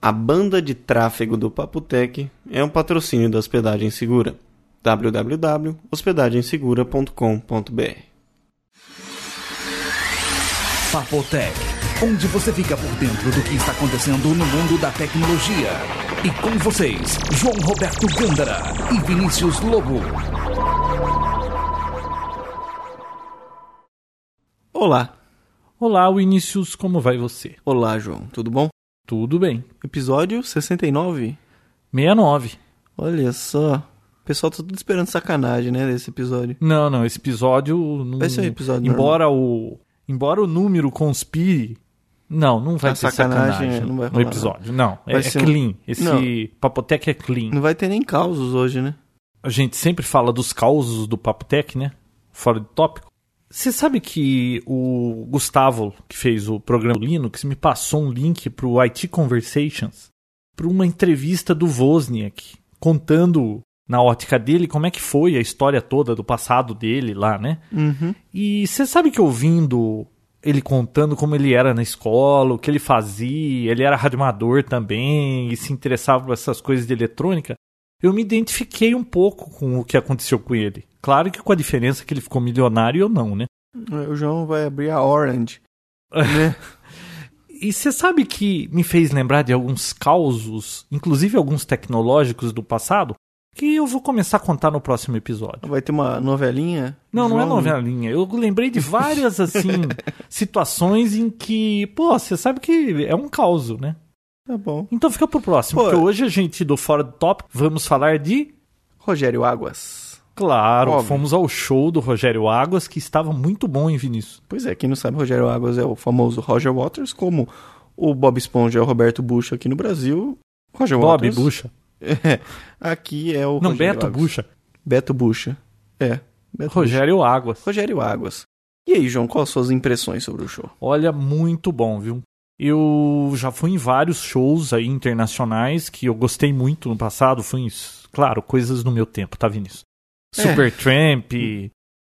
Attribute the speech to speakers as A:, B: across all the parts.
A: A banda de tráfego do Papotec é um patrocínio da Hospedagem Segura. www.hospedagensegura.com.br
B: Papotec, onde você fica por dentro do que está acontecendo no mundo da tecnologia. E com vocês, João Roberto Gândara e Vinícius Lobo.
A: Olá!
C: Olá, Vinícius, como vai você?
A: Olá, João. Tudo bom?
C: Tudo bem.
A: Episódio 69?
C: 69.
A: Olha só. O pessoal tá tudo esperando sacanagem, né, desse episódio.
C: Não, não, esse episódio não
A: Vai ser um episódio
C: embora o embora o número conspire, não, não vai
A: A
C: ter
A: sacanagem,
C: sacanagem,
A: é, não vai
C: no
A: rolar,
C: episódio. Não, é,
A: Vai
C: é
A: ser um-
C: clean. Esse
A: Não.
C: Papotec é clean.
A: Não vai ter nem causos hoje, né?
C: A gente sempre fala dos causos do Papotec, né? Fora de tópico. Você sabe que o Gustavo, que fez o programa do Linux, me passou um link para o IT Conversations, para uma entrevista do Wozniak, contando na ótica dele como é que foi a história toda do passado dele lá, né?
A: Uhum.
C: E você sabe que ouvindo ele contando como ele era na escola, o que ele fazia, ele era radioamador também e se interessava por essas coisas de eletrônica, eu me identifiquei um pouco com o que aconteceu com ele. Claro que com a diferença que ele ficou milionário ou não, né?
A: O João vai abrir a Orange. né?
C: E você sabe que me fez lembrar de alguns causos, inclusive alguns tecnológicos do passado, que eu vou começar a contar no próximo episódio.
A: Vai ter uma novelinha?
C: Não, não é
A: João-
C: novelinha. Eu lembrei de várias, assim, situações em que, pô, você sabe que é um caos, né?
A: Tá bom.
C: Então fica pro próximo,
A: Pô.
C: porque hoje a gente do Fora do Top vamos falar de.
A: Rogério Águas.
C: Claro,
A: Óbvio.
C: fomos ao show do Rogério Águas, que estava muito bom, hein, Vinícius?
A: Pois é, quem não sabe, Rogério Águas é o famoso Roger Waters, como o Bob Esponja é o Roberto Bucha aqui no Brasil. Roger
C: Bob
A: Waters.
C: Bucha.
A: É. Aqui é o
C: Não,
A: Rogério
C: Beto
A: Águas.
C: Bucha.
A: Beto Bucha. É. Beto
C: Rogério Águas.
A: Bucha. Rogério Águas. E aí, João, quais as suas impressões sobre o show?
C: Olha, muito bom, viu? Eu já fui em vários shows aí internacionais que eu gostei muito no passado. Fui, em, s- claro, coisas no meu tempo, tá, Vinícius?
A: É. Hum.
C: Supertramp,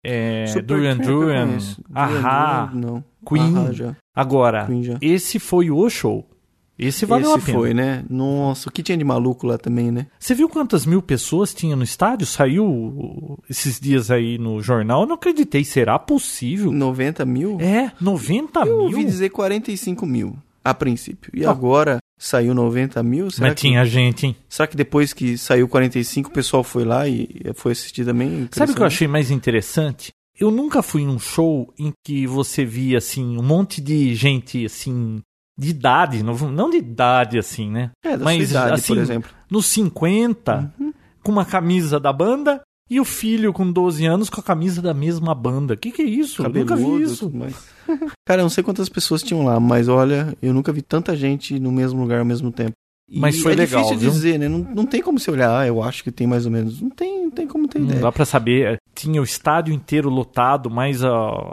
C: é, Duran
A: Supertramp eu
C: Duran,
A: conheço.
C: Ahá,
A: Duran, não.
C: Queen.
A: Ahá já.
C: Agora,
A: Queen já.
C: esse foi o show. Esse valeu
A: Esse
C: a pena.
A: foi, né? Nossa, o que tinha de maluco lá também, né?
C: Você viu quantas mil pessoas tinha no estádio? Saiu esses dias aí no jornal. Eu não acreditei. Será possível?
A: 90 mil?
C: É, 90
A: Eu
C: mil?
A: ouvi dizer 45 mil, a princípio. E
C: Ah.
A: agora saiu 90 mil? Será,
C: Mas
A: que,
C: tinha gente, hein?
A: será que depois que saiu 45 o pessoal foi lá e foi assistir também?
C: Sabe o que
A: Cresceu?
C: eu achei mais interessante? Eu nunca fui em um show em que você via, assim, um monte de gente, assim, de idade, não, não de idade, assim, né?
A: É, da
C: Mas,
A: sua idade,
C: assim,
A: por exemplo.
C: Nos 50,
A: Uhum.
C: com uma camisa da banda e o filho com 12 anos com a camisa da mesma banda. Que que é isso? Eu nunca vi
A: Cabeludo,
C: isso.
A: tudo mais. Cara, eu não sei quantas pessoas tinham lá, mas olha, eu nunca vi tanta gente no mesmo lugar ao mesmo tempo. E
C: Mas foi
A: é
C: legal,
A: difícil
C: viu?
A: dizer, né? Não, não tem como você olhar, ah, eu acho que tem mais ou menos. Não tem, não tem como ter
C: Não
A: ideia.
C: dá pra saber. É, Tinha o estádio inteiro lotado, mais a,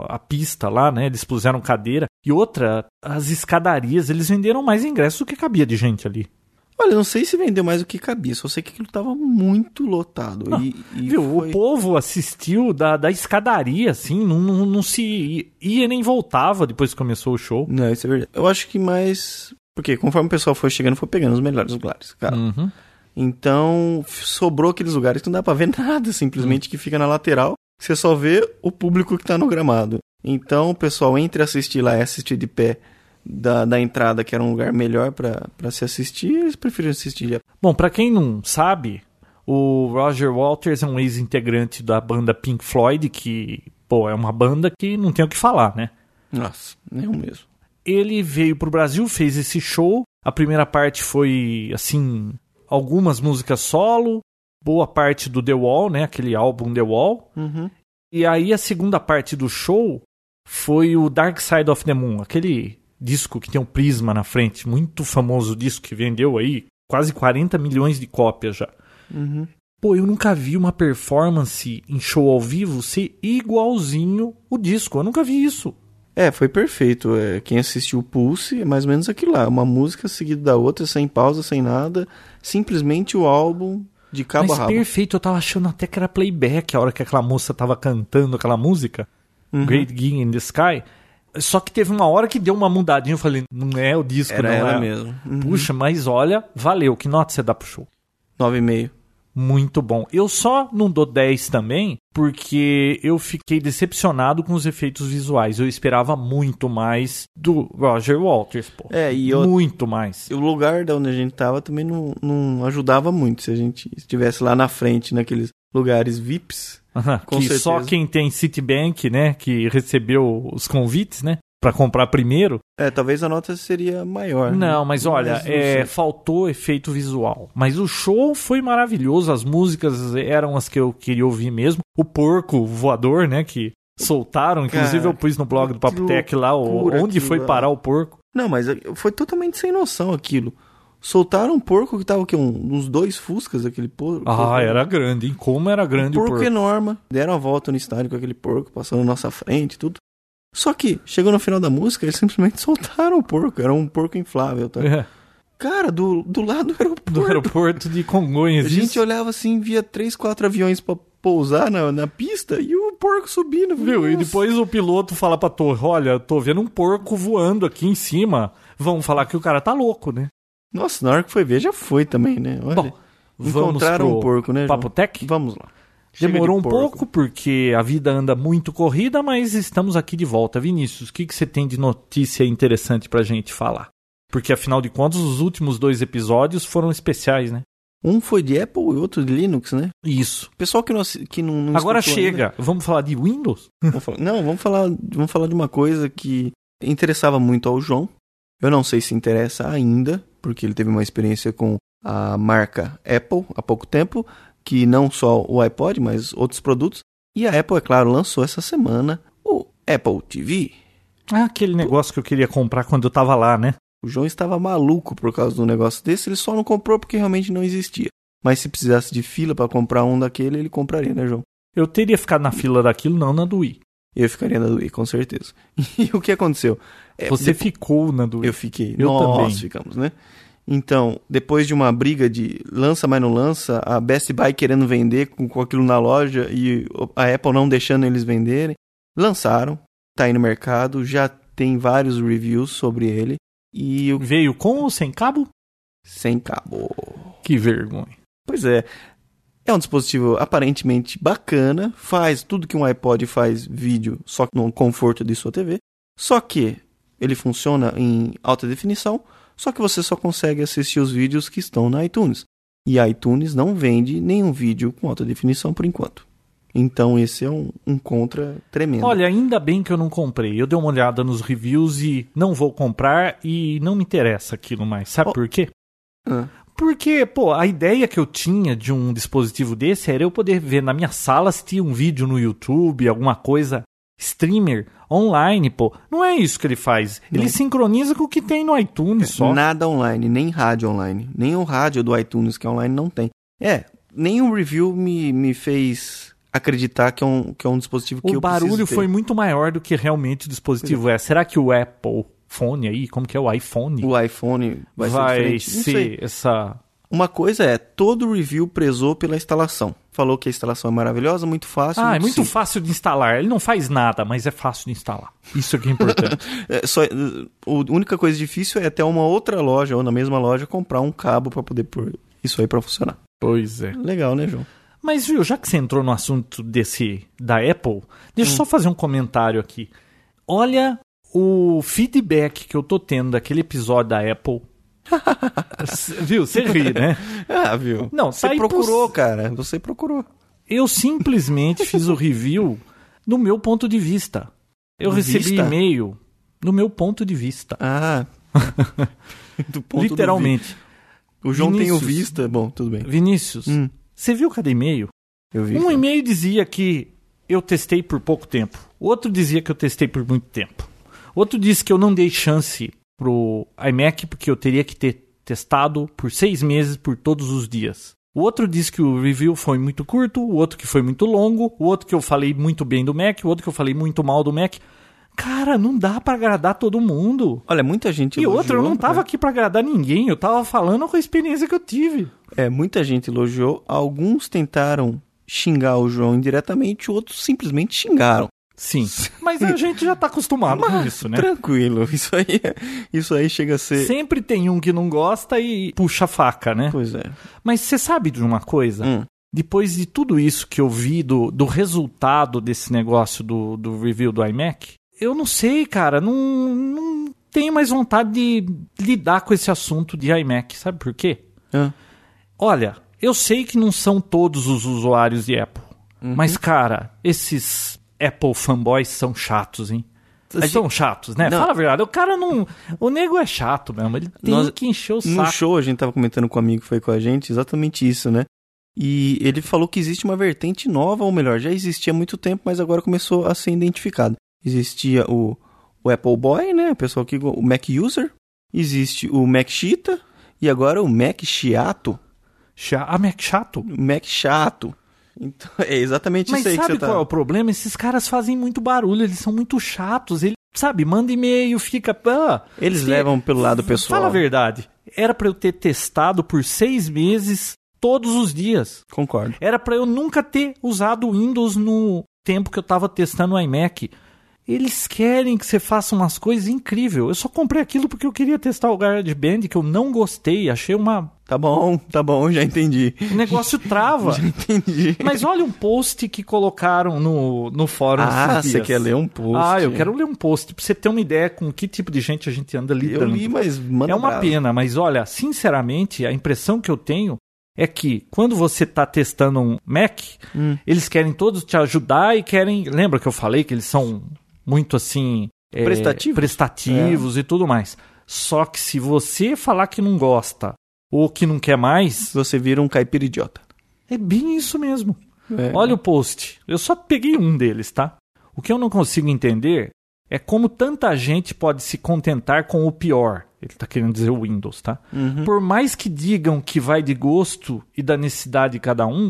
C: a pista lá, né? Eles puseram cadeira. E outra, as escadarias, eles venderam mais ingressos do que cabia de gente ali.
A: Olha, não sei se vendeu mais do que cabia, só sei que aquilo tava muito lotado.
C: Não,
A: e, e
C: Ah, Viu,
A: foi-
C: o povo assistiu da, da escadaria, assim, não, não, não se ia nem voltava depois que começou o show.
A: Não, isso é verdade. Eu acho que mais. Porque conforme o pessoal foi chegando, foi pegando os melhores lugares, cara.
C: Uhum.
A: Então, f- sobrou aqueles lugares que não dá pra ver nada, simplesmente que fica na lateral. Você só vê o público que tá no gramado. Então, o pessoal entre assistir lá e assistir de pé da, da entrada, que era um lugar melhor pra pra se assistir, eles preferiram assistir de
C: Bom, pra quem não sabe, o Roger Walters é um ex-integrante da banda Pink Floyd, que, pô, é uma banda que não tem o que falar, né?
A: Nossa, nenhum mesmo.
C: Ele veio pro Brasil, fez esse show. A primeira parte foi, assim, algumas músicas solo, boa parte do The Wall, né? Aquele álbum The Wall.
A: Uhum.
C: E aí a segunda parte do show foi o Dark Side of the Moon, aquele disco que tem um prisma na frente, muito famoso disco que vendeu aí quase 40 milhões de cópias já.
A: Uhum.
C: Pô, eu nunca vi uma performance em show ao vivo ser igualzinho o disco. Eu nunca vi isso.
A: É, foi perfeito. É, quem assistiu o Pulse é mais ou menos aquilo lá. Uma música seguida da outra, sem pausa, sem nada. Simplesmente o álbum de cabo
C: Mas
A: a rabo.
C: perfeito, eu tava achando até que era playback a hora que aquela moça tava cantando aquela música,
A: Uhum.
C: Great Gig in the Sky. Só que teve uma hora que deu uma mudadinha. Eu falei, não é o disco,
A: Era
C: não
A: ela
C: é.
A: mesmo.
C: Puxa, mas olha, valeu. Que nota você dá pro show?
A: 9,5.
C: Muito bom. Eu só não dou 10 também, porque eu fiquei decepcionado com os efeitos visuais. Eu esperava muito mais do Roger Walters, pô.
A: É, e eu-
C: Muito mais.
A: E O lugar da onde a gente tava também não, não ajudava muito. Se a gente estivesse lá na frente, naqueles lugares VIPs.
C: Aham,
A: com
C: que
A: certeza.
C: só quem tem Citibank, né, que recebeu os convites, né, Pra comprar primeiro.
A: É, talvez a nota seria maior. né?
C: Não, mas olha,
A: não
C: é,
A: sei.
C: faltou efeito visual. Mas o show foi maravilhoso, as músicas eram as que eu queria ouvir mesmo. O porco voador, né, que soltaram, inclusive
A: Cara,
C: eu pus no blog do
A: que
C: Papo Tech lá o,
A: loucura
C: onde
A: aquilo
C: foi
A: lá.
C: parar o porco.
A: Não, mas eh, foi totalmente sem noção aquilo. Soltaram um porco que tava o quê? Um- uns dois fuscas aquele porco. é
C: Ah, era grande, hein? Como era grande
A: porco, é
C: o porco.
A: enorme. Deram a volta no estádio com aquele porco, passando na nossa frente e tudo. Só que, chegou no final da música, eles simplesmente soltaram o porco. Era um porco inflável, tá?
C: É,
A: Cara, do, do lado era o
C: do
A: porco.
C: aeroporto de Congonhas.
A: A gente
C: isso.
A: olhava assim, via três, quatro aviões pra pousar na, na pista e o porco subindo.
C: Viu? E
A: Nossa.
C: depois o piloto fala pra torre, olha, tô vendo um porco voando aqui em cima. Vão falar que o cara tá louco, né?
A: Nossa, na hora que foi ver, já foi também, né? Olha,
C: Bom,
A: encontraram
C: vamos pro
A: um porco, né? João?
C: Papo Tech?
A: Vamos lá. Chega
C: Demorou
A: de
C: um
A: porco.
C: pouco porque a vida anda muito corrida, mas estamos aqui de volta. Vinícius, o que, que você tem de notícia interessante pra gente falar? Porque afinal de contas, os últimos dois episódios foram especiais, né?
A: Um foi de Apple e outro de Linux, né?
C: Isso.
A: O pessoal que não, assi- que não, não
C: Agora
A: escutou ainda-
C: chega. Vamos falar de Windows?
A: Vamos falar- não, vamos falar, vamos falar de uma coisa que interessava muito ao João. Eu não sei se interessa ainda, porque ele teve uma experiência com a marca Apple há pouco tempo, que não só o iPod, mas outros produtos. E a Apple, é claro, lançou essa semana o Apple TV.
C: Ah, aquele negócio que eu queria comprar quando eu tava lá, né?
A: O João estava maluco por causa de um negócio desse, ele só não comprou porque realmente não existia. Mas se precisasse de fila para comprar um daquele, ele compraria, né, João?
C: Eu teria ficado na fila daquilo, não na do Wii.
A: Eu ficaria na do Wii, com certeza. E o que aconteceu? É,
C: Você ficou na do Wii.
A: Eu fiquei.
C: Eu
A: Nós
C: também.
A: ficamos, né? Então, depois de uma briga de lança, mas não lança, a Best Buy querendo vender com, com aquilo na loja e o- a Apple não deixando eles venderem, lançaram, tá aí no mercado, já tem vários reviews sobre ele e o
C: Veio com ou sem cabo?
A: sem cabo.
C: Que vergonha.
A: Pois é. É um dispositivo aparentemente bacana, faz tudo que um iPod faz vídeo, só que no conforto de sua TV. Só que ele funciona em alta definição, só que você só consegue assistir os vídeos que estão na iTunes. E a iTunes não vende nenhum vídeo com alta definição por enquanto. Então esse é um, um contra tremendo.
C: Olha, ainda bem que eu não comprei. Eu dei uma olhada nos reviews e não vou comprar e não me interessa aquilo mais. Sabe
A: Oh.
C: por quê?
A: Ah,
C: Porque, pô, a ideia que eu tinha de um dispositivo desse era eu poder ver na minha sala assistir um vídeo no YouTube, alguma coisa streamer online, pô. Não é isso que ele faz. Ele
A: Não.
C: sincroniza com o que tem no iTunes só.
A: Nada online, nem rádio online. Nem o rádio do iTunes que é online não tem. É, nenhum review me, me fez acreditar que é um, que é um dispositivo que
C: O
A: eu preciso
C: barulho
A: ter.
C: foi muito maior do que realmente o dispositivo é. Será que o Apple Phone aí, como que é o iPhone,
A: O iPhone vai,
C: vai,
A: ser diferente. Não sei.
C: ser essa
A: Uma coisa é, todo review prezou pela instalação. Falou que a instalação é maravilhosa, muito fácil.
C: Ah, é muito
A: simples.
C: fácil de instalar. Ele não faz nada, mas é fácil de instalar. Isso é que é importante.
A: É, só, eh, o- a única coisa difícil é até uma outra loja ou na mesma loja comprar um cabo pra poder pôr isso aí pra funcionar.
C: pois é.
A: Legal, né, João?
C: Mas viu, já que você entrou no assunto desse da Apple, deixa
A: Hum.
C: eu só fazer um comentário aqui. Olha o feedback que eu tô tendo daquele episódio da Apple. S- viu, você ri, né?
A: Ah, viu?
C: Não,
A: você
C: tá
A: procurou,
C: imposs-
A: cara. Você procurou.
C: Eu simplesmente fiz o review do meu ponto de vista. Eu
A: Do
C: recebi
A: vista?
C: e-mail do meu ponto de vista.
A: Ah. do ponto do
C: Literalmente.
A: vi- o João tem o
C: Vinícius.
A: vista. Bom, tudo bem.
C: Vinícius,
A: Hum,
C: você viu cada e-mail?
A: eu vi.
C: Um
A: cara.
C: e-mail dizia que eu testei por pouco tempo. Outro dizia que eu testei por muito tempo. Outro disse que eu não dei chance pro iMac porque eu teria que ter testado por seis meses por todos os dias. O outro disse que o review foi muito curto, o outro que foi muito longo, o outro que eu falei muito bem do Mac, o outro que eu falei muito mal do Mac. Cara, não dá pra agradar todo mundo.
A: Olha, muita gente
C: E
A: elogiou.
C: outra, eu não tava
A: né?
C: aqui pra agradar ninguém, eu tava falando com a experiência que eu tive.
A: É, muita gente elogiou. Alguns tentaram xingar o João indiretamente, outros simplesmente xingaram.
C: Sim. Mas a gente já tá acostumado com
A: Mas,
C: isso, né?
A: Tranquilo, isso aí, é- isso aí chega a ser.
C: Sempre tem um que não gosta e puxa a faca, né?
A: Pois é.
C: Mas você sabe de uma coisa?
A: Hum.
C: Depois de tudo isso que eu vi do, do resultado desse negócio do, do review do iMac, eu não sei, cara, não, não tenho mais vontade de lidar com esse assunto de iMac. Sabe por quê?
A: Ah,
C: Olha, eu sei que não são todos os usuários de Apple.
A: Uhum.
C: Mas, cara, esses Apple fanboys são chatos, hein? São chatos, né?
A: Não.
C: Fala a verdade. O cara não. O nego é chato mesmo. Ele tem
A: Nós-
C: que encher o
A: No
C: saco.
A: show, a gente tava comentando com um amigo que foi com a gente, exatamente isso, né? E ele falou que existe uma vertente nova, ou melhor, já existia há muito tempo, mas agora começou a ser identificado. Existia o, o Apple Boy, né? O pessoal que. go- O Mac User. Existe o Mac Cheetah. E agora o Mac Chiato.
C: Cha- Ah, mas é chato.
A: O Mac Chato. Então, é exatamente
C: Mas
A: isso aí que
C: sabe
A: você tá.
C: qual é o problema? Esses caras fazem muito barulho, eles são muito chatos. Ele, sabe, manda e-mail, fica. ah,
A: Eles
C: se-
A: levam pelo lado pessoal.
C: Fala a verdade. Era pra eu ter testado por seis meses todos os dias.
A: Concordo.
C: Era pra eu nunca ter usado o Windows no tempo que eu tava testando o iMac. Eles querem que você faça umas coisas incríveis. Eu só comprei aquilo porque eu queria testar o GarageBand, que eu não gostei. Achei uma.
A: Tá bom, tá bom, já entendi.
C: O negócio trava.
A: Entendi.
C: Mas olha um post que colocaram no, no fórum.
A: Ah,
C: esses
A: você
C: dias.
A: quer ler um post?
C: Ah, eu quero ler um post pra você ter uma ideia com que tipo de gente a gente anda
A: Eu
C: lidando.
A: li, mas manda um
C: é uma
A: brasa.
C: pena, mas olha, sinceramente, a impressão que eu tenho é que quando você tá testando um Mac,
A: Hum.
C: eles querem todos te ajudar e querem. Lembra que eu falei que eles são muito assim. é,
A: Prestativos? É.
C: prestativos e tudo mais. Só que se você falar que não gosta ou que não quer mais,
A: Você vira um caipira idiota.
C: é bem isso mesmo.
A: É.
C: Olha o post. Eu só peguei um deles, tá? O que eu não consigo entender é como tanta gente pode se contentar com o pior. Ele tá querendo dizer o Windows, tá?
A: Uhum.
C: Por mais que digam que vai de gosto e da necessidade de cada um,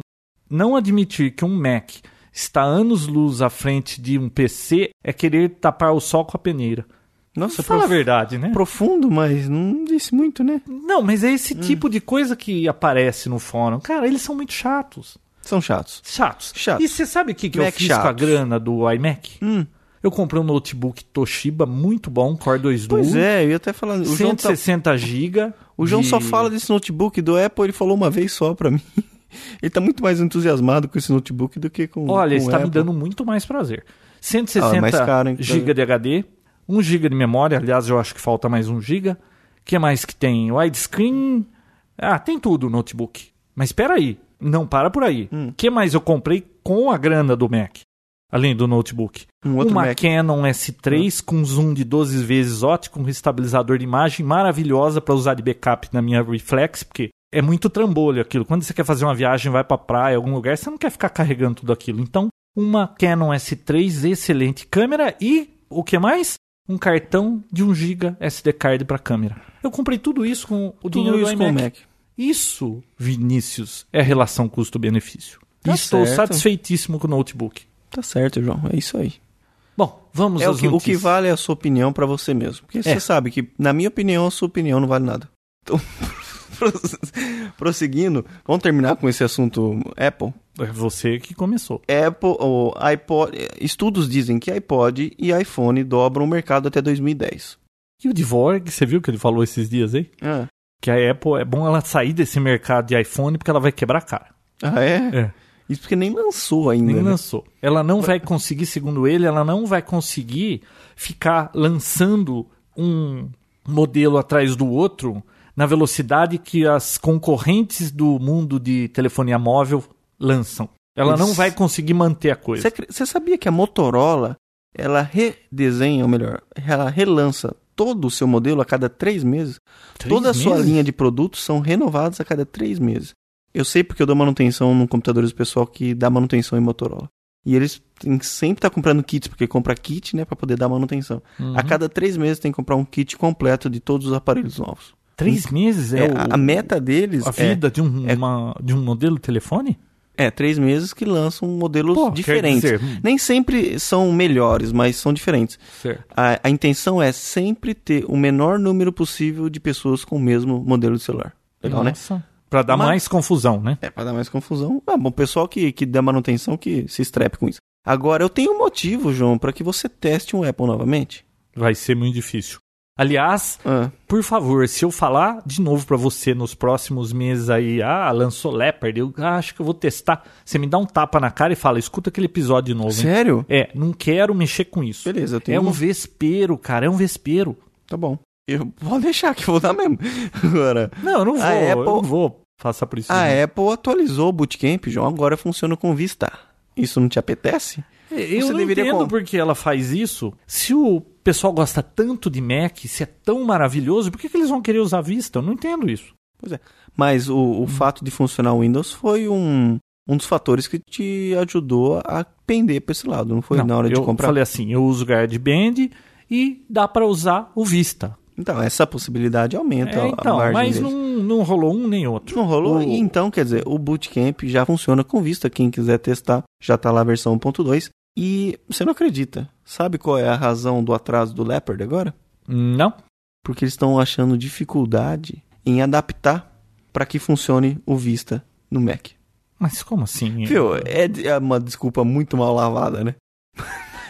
C: não admitir que um Mac está anos-luz à frente de um PC é querer tapar o sol com a peneira.
A: Nossa,
C: Fala
A: prof-
C: a verdade, né?
A: profundo, mas não disse muito, né?
C: Não, mas é esse tipo de coisa que aparece no fórum. Cara, eles são muito chatos.
A: São chatos.
C: Chatos.
A: Chatos.
C: E você sabe o que, que eu
A: Mac
C: fiz com a
A: chatos.
C: grana do iMac?
A: Hum.
C: Eu comprei um notebook Toshiba muito bom, Core 2 Duo,
A: Pois é, eu ia até falar. O João, tá-
C: 160 GB.
A: o João só fala desse notebook do Apple, ele falou uma vez só pra mim. Ele tá muito mais entusiasmado com esse notebook do que com.
C: Olha,
A: com o
C: está me
A: Apple.
C: dando muito mais prazer.
A: Ah, mais
C: 160
A: caro, hein?
C: GB de HD, 1 GB de memória, aliás, eu acho que falta mais 1 GB. O que mais que tem? Widescreen. Ah, tem tudo o notebook. Mas espera aí, não para por aí. O
A: Hum.
C: que mais eu comprei com a grana do Mac? Além do notebook.
A: Um outro
C: Uma
A: Mac.
C: Canon S3 com zoom de 12 vezes ótico, um estabilizador de imagem maravilhosa para usar de backup na minha reflex, porque é muito trambolho aquilo. Quando você quer fazer uma viagem, vai para praia, algum lugar, você não quer ficar carregando tudo aquilo. Então, uma Canon S3, excelente câmera e o que mais? Um cartão de 1 GB SD card para câmera. Eu comprei tudo isso com o dinheiro
A: Tudo isso
C: do
A: com o
C: iMac.
A: Mac.
C: Isso, Vinícius, é relação custo-benefício.
A: Tá
C: Estou
A: certo.
C: satisfeitíssimo com o notebook.
A: Tá certo, João. É isso aí.
C: Bom, vamos
A: É o
C: às
A: que, o que
C: notícias. É.
A: vale é a sua opinião pra você mesmo. Porque você sabe que, na minha opinião, a sua opinião não vale nada. Então, prosseguindo, vamos terminar com esse assunto Apple.
C: É você que começou.
A: Apple, ou iPod, estudos dizem que iPod e iPhone dobram o mercado até 2010.
C: E o Dvorg, você viu que ele falou esses dias aí?
A: Ah,
C: Que a Apple é bom ela sair desse mercado de iPhone porque ela vai quebrar a cara.
A: ah, é?
C: É.
A: Isso porque nem lançou ainda.
C: Nem
A: né?
C: lançou. Ela não vai conseguir, segundo ele, ela não vai conseguir ficar lançando um modelo atrás do outro na velocidade que as concorrentes do mundo de telefonia móvel lançam. Ela não
A: Isso.
C: vai conseguir manter a coisa.
A: Você acre- Você sabia que a Motorola ela redesenha, ou melhor, ela relança todo o seu modelo a cada três meses?
C: Três
A: Toda a sua
C: meses?
A: linha de produtos são renovados a cada três meses. Eu sei porque eu dou manutenção no computador do pessoal que dá manutenção em Motorola. E eles têm que sempre estar comprando kits, porque compra kit, né, para poder dar manutenção.
C: Uhum.
A: A cada três meses tem que comprar um kit completo de todos os aparelhos novos.
C: Três meses é,
A: É,
C: o-
A: a, a meta deles
C: a vida de, um,
A: é-
C: uma- de um modelo de telefone?
A: é, é três meses que lançam modelos
C: Pô, quer
A: diferentes.
C: dizer- hum,
A: Nem sempre são melhores, mas são diferentes.
C: Certo.
A: A, a intenção é sempre ter o menor número possível de pessoas com o mesmo modelo de celular. Legal, né?
C: Nossa. Pra dar
A: Mas-
C: mais confusão, né?
A: É, pra dar mais confusão. Ah, bom, o pessoal que, que der manutenção que se estrepe com isso. Agora, eu tenho um motivo, João, para que você teste um Apple novamente.
C: Vai ser muito difícil. Aliás,
A: Ah,
C: por favor, se eu falar de novo pra você nos próximos meses aí, ah, lançou Leopard, eu "Ah, acho que eu vou testar. Você me dá um tapa na cara e fala, escuta aquele episódio de novo. hein?
A: sério?
C: É, não quero mexer com isso.
A: Beleza, eu tenho
C: É um
A: um-
C: vespeiro, cara, é um vespeiro.
A: Tá bom. Eu vou deixar que eu vou dar mesmo. Agora,
C: Não, eu não vou,
A: A
C: eu
A: Apple-
C: não vou passar por isso.
A: a
C: não.
A: Apple atualizou o Bootcamp, João, agora funciona com Vista. Isso não te apetece?
C: É, Eu
A: Você
C: não
A: deveria
C: entendo
A: com-
C: por que ela faz isso. Se o pessoal gosta tanto de Mac, se é tão maravilhoso, por que, que eles vão querer usar Vista? Eu não entendo isso.
A: Mas o,
C: Uhum.
A: o fato de funcionar o Windows foi um, um dos fatores que te ajudou a pender para esse lado, não foi
C: não,
A: na hora de
C: eu
A: comprar?
C: falei assim, eu uso GarageBand e dá pra usar o Vista.
A: Então, essa possibilidade aumenta
C: É,
A: a- a
C: então,
A: margem
C: mas
A: deles.
C: não, não rolou um nem outro.
A: Não rolou?
C: O-
A: E Então, quer dizer, o Bootcamp já funciona com vista. Quem quiser testar, já tá lá a versão 1.2. E você não acredita. Sabe qual é a razão do atraso do Leopard agora?
C: Não.
A: Porque eles estão achando dificuldade em adaptar para que funcione o Vista no Mac.
C: Mas como assim?
A: Viu? É de- é uma desculpa muito mal lavada, né?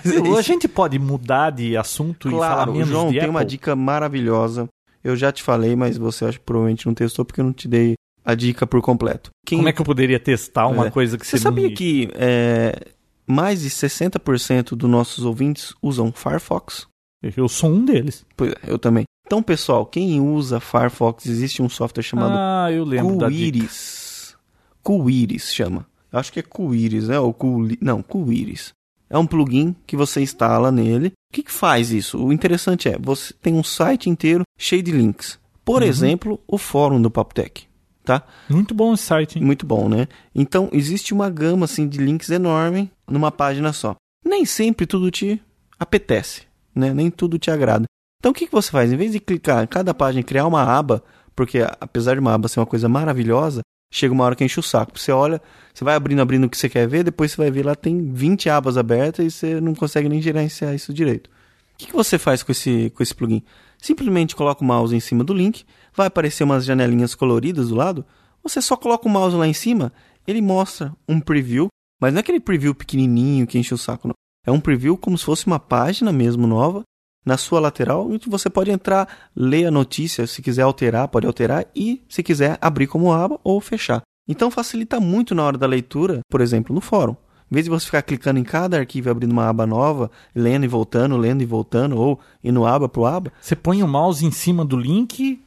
A: Mas é
C: Eu-
A: isso.
C: a gente pode mudar de assunto e falar
A: Claro,
C: menos
A: João,
C: de
A: tem uma
C: Apple?
A: dica maravilhosa. Eu já te falei, mas você acho que provavelmente não testou porque eu não te dei a dica por completo. Quem
C: Como é que eu poderia testar uma
A: É.
C: coisa que
A: Você
C: você,
A: sabia
C: me-
A: que é, mais de 60% dos nossos ouvintes usam Firefox?
C: Eu sou um deles.
A: Pois é, eu também. Então, pessoal, quem usa Firefox, existe um software chamado
C: ah, eu lembro da dica.
A: Cuiris. Cuiris chama. Eu Acho que é Cuiris, né? Ou Culi... Não, Cuiris. É um plugin que você instala nele. O que, que faz isso? O interessante é, você tem um site inteiro cheio de links. Por
C: Uhum.
A: exemplo, o fórum do Papotec, tá?
C: Muito bom esse site, hein?
A: Muito bom, né? Então, existe uma gama assim de links enorme numa página só. Nem sempre tudo te apetece, né? Nem tudo te agrada. Então, o que, que você faz? Em vez de clicar em cada página e criar uma aba, porque a- apesar de uma aba ser uma coisa maravilhosa, chega uma hora que enche o saco. Você olha, você vai abrindo, abrindo o que você quer ver, depois você vai ver lá tem 20 abas abertas e você não consegue nem gerenciar isso direito. O que, que você faz com esse, com esse plugin? Simplesmente coloca o mouse em cima do link, vai aparecer umas janelinhas coloridas do lado, você só coloca o mouse lá em cima, ele mostra um preview, mas não é aquele preview pequenininho que enche o saco, não. É um preview como se fosse uma página mesmo nova, na sua lateral, onde você pode entrar, ler a notícia, se quiser alterar, pode alterar, e se quiser abrir como aba ou fechar. Então facilita muito na hora da leitura, por exemplo, no fórum. Em vez de você ficar clicando em cada arquivo e abrindo uma aba nova, lendo e voltando, lendo e voltando, ou indo aba pro aba,
C: Você põe o mouse em cima do link.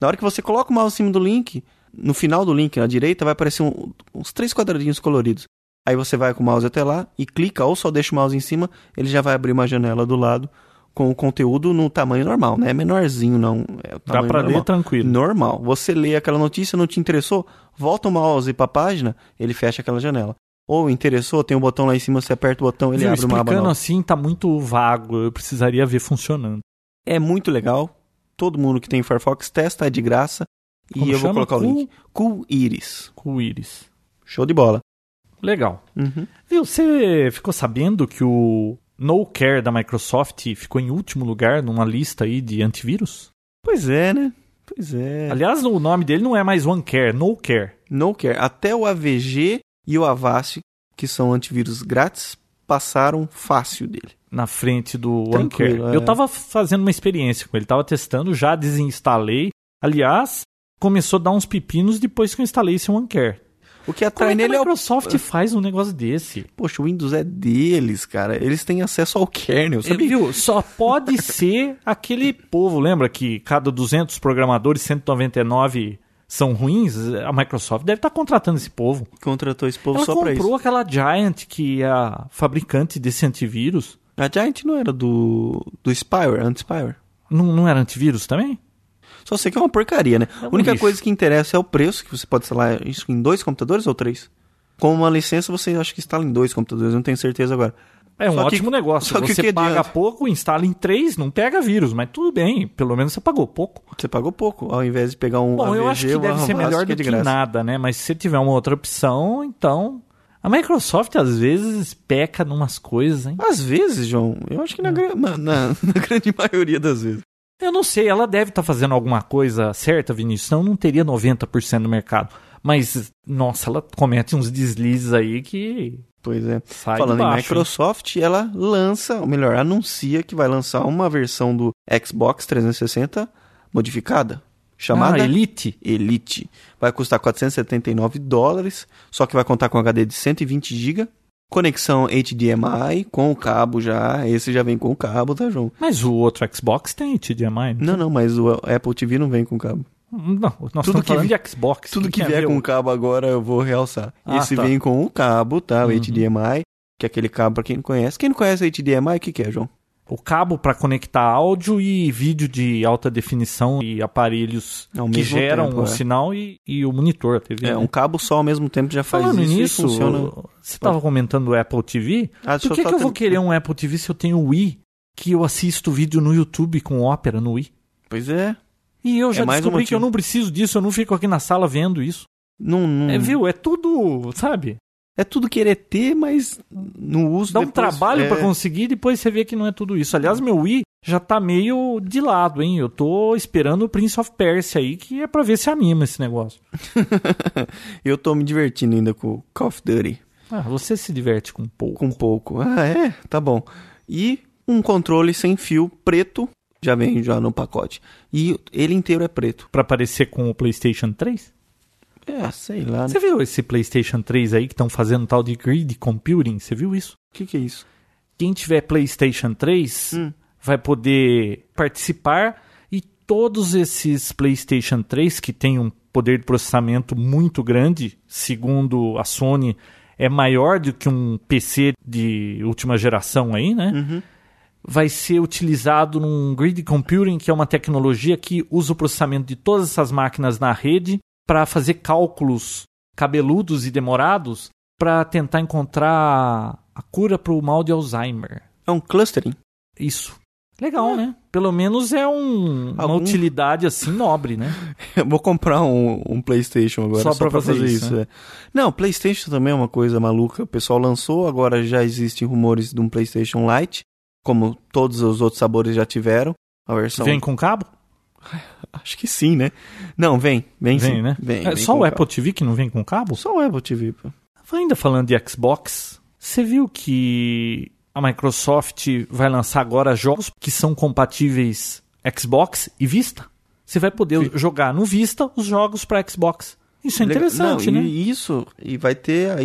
A: na hora que você coloca o mouse em cima do link, no final do link, na direita, vai aparecer um- uns três quadradinhos coloridos. Aí você vai com o mouse até lá e clica, ou só deixa o mouse em cima, ele já vai abrir uma janela do lado com o conteúdo no tamanho normal, né? É menorzinho, não. É o
C: Dá
A: tamanho
C: pra
A: normal.
C: ler tranquilo.
A: Normal. Você lê aquela notícia, não te interessou? Volta o mouse para a página, ele fecha aquela janela. Ou interessou, tem um botão lá em cima, você aperta o botão, ele
C: Viu,
A: abre uma aba.
C: explicando
A: nova.
C: assim tá muito vago. Eu precisaria ver funcionando.
A: É muito legal. Todo mundo que tem Firefox testa, é de graça.
C: Como
A: e eu
C: chama?
A: vou colocar o
C: Cool?
A: link. Cool Iris.
C: Com o Iris.
A: Show de bola.
C: Legal.
A: Uhum.
C: Viu, você ficou sabendo que o No Care da Microsoft ficou em último lugar numa lista aí de antivírus?
A: Pois é, né? Pois é.
C: Aliás, o nome dele não é mais OneCare, No Care.
A: No Care. Até o AVG e o Avast, que são antivírus grátis, passaram fácil dele.
C: Na frente do
A: Tranquilo,
C: OneCare.
A: é.
C: Eu tava fazendo uma experiência com ele, tava testando, já desinstalei. Aliás, começou a dar uns pepinos depois que eu instalei esse OneCare.
A: O que
C: Como
A: atrai
C: é que a
A: nele é o...
C: Microsoft faz um negócio desse?
A: Poxa, o Windows é deles, cara. Eles têm acesso ao kernel, sabia?
C: Viu? Só pode ser aquele povo, lembra que cada 200 programadores, 199 são ruins? A Microsoft deve estar contratando esse povo.
A: Contratou esse povo
C: Ela
A: só pra isso.
C: comprou aquela Giant, que é a fabricante desse antivírus.
A: A Giant não era do, do Spyware, anti-spyware.
C: Não, não era antivírus também?
A: Só sei que é uma porcaria, né?
C: É um
A: a única
C: lixo.
A: coisa que interessa é o preço, que você pode instalar isso em dois computadores ou três. Com uma licença, você acha que instala em dois computadores, eu não tenho certeza agora.
C: É um
A: Só que-
C: ótimo negócio.
A: só que o
C: Você
A: que
C: paga
A: adianta?
C: pouco, instala em três, não pega vírus, mas tudo bem, pelo menos você pagou pouco.
A: Você pagou pouco, ao invés de pegar um
C: Bom, eu
A: AVG
C: acho que
A: ou
C: deve
A: uma
C: ser
A: Avast,
C: melhor
A: que é
C: do
A: de
C: que
A: graça.
C: nada, né? Mas se tiver uma outra opção, então. A Microsoft às vezes peca numas coisas, hein?
A: Às vezes, João, eu acho que
C: Hum.
A: na, gran- na- na- na grande maioria das vezes.
C: Eu não sei, ela deve estar fazendo alguma coisa certa, Vinícius, senão não teria 90% do mercado. Mas, nossa, ela comete uns deslizes aí que
A: Pois é.
C: Sai
A: Falando
C: de baixo,
A: em Microsoft, ela lança, ou melhor, anuncia que vai lançar uma versão do Xbox 360 modificada,
C: hein?
A: chamada
C: Ah, Elite.
A: Elite. Vai custar 479 dólares, só que vai contar com HD de 120 GB, conexão HDMI com o cabo já, esse já vem com o cabo, tá, João?
C: Mas o outro Xbox tem TDMI.
A: Não, não, mas o Apple TV não vem com cabo.
C: Não, nós
A: Tudo
C: estamos
A: que
C: falando
A: vi-
C: de Xbox.
A: Tudo
C: Quem
A: que
C: quer
A: vier
C: ver
A: com
C: o-
A: cabo agora eu vou realçar.
C: Ah,
A: esse
C: tá.
A: vem com o cabo, tá? O
C: Uhum.
A: HDMI, que é aquele cabo pra quem não conhece. Quem não conhece HDMI, o que, que é, João?
C: o cabo para conectar áudio e vídeo de alta definição e aparelhos
A: Ao
C: que
A: mesmo
C: geram
A: tempo,
C: o
A: é.
C: sinal e, e o monitor, a TV.
A: É,
C: né?
A: um cabo só ao mesmo tempo já faz
C: Falando
A: isso e
C: nisso,
A: funciona.
C: você estava comentando o Apple TV.
A: Ah, deixa
C: Por que,
A: só
C: que eu vou
A: ter-
C: querer um Apple TV se eu tenho o Wii, que eu assisto vídeo no YouTube com ópera no Wii?
A: Pois é.
C: E eu já
A: mais um
C: descobri que eu
A: motivo.
C: não preciso disso, eu não fico aqui na sala vendo isso.
A: Não, não-
C: É, viu? É tudo, sabe?
A: É tudo querer ter, mas no uso
C: Dá um
A: depois-
C: trabalho
A: é,
C: pra conseguir, depois você vê que não é tudo isso. Aliás, meu Wii já tá meio de lado, hein? Eu tô esperando o Prince of Persia aí, que é pra ver se anima esse negócio.
A: Eu tô me divertindo ainda com Call of Duty.
C: Ah, você se diverte com um pouco.
A: Com pouco. Ah, é? Tá bom. E um controle sem fio preto. Já vem já no pacote. E ele inteiro é preto.
C: Pra parecer com o PlayStation 3?
A: É, sei lá, né?
C: Você viu esse PlayStation 3 aí que estão fazendo tal de grid computing? Você viu isso?
A: O que, que é isso?
C: Quem tiver PlayStation 3
A: Hum.
C: vai poder participar e todos esses PlayStation 3 que tem um poder de processamento muito grande, segundo a Sony, é maior do que um PC de última geração aí, né?
A: Uhum.
C: vai ser utilizado num grid computing, que é uma tecnologia que usa o processamento de todas essas máquinas na rede para fazer cálculos cabeludos e demorados para tentar encontrar a cura para o mal de Alzheimer.
A: É um clustering.
C: Isso. Legal, né? Pelo menos é um- uma
A: Algum-
C: utilidade assim nobre, né?
A: Eu vou comprar um, um PlayStation agora só,
C: Só
A: pra,
C: pra fazer
A: fazer
C: isso, né?
A: isso. é. Não, PlayStation também é uma coisa maluca. O pessoal lançou, agora já existem rumores de um PlayStation Lite, como todos os outros sabores já tiveram. A versão.
C: Vem com cabo?
A: Acho que sim, né? Não, vem, vem,
C: Vem,
A: sim.
C: né?
A: Vem,
C: é
A: vem
C: só
A: com
C: o
A: calma.
C: Apple TV que não vem com cabo?
A: Só o Apple TV. pô.
C: Ainda falando de Xbox, você viu que a Microsoft vai lançar agora jogos que são compatíveis Xbox e Vista? Você vai poder jogar no Vista os jogos para Xbox. Isso é
A: Legal.
C: interessante,
A: Não,
C: né?
A: E isso, e vai ter a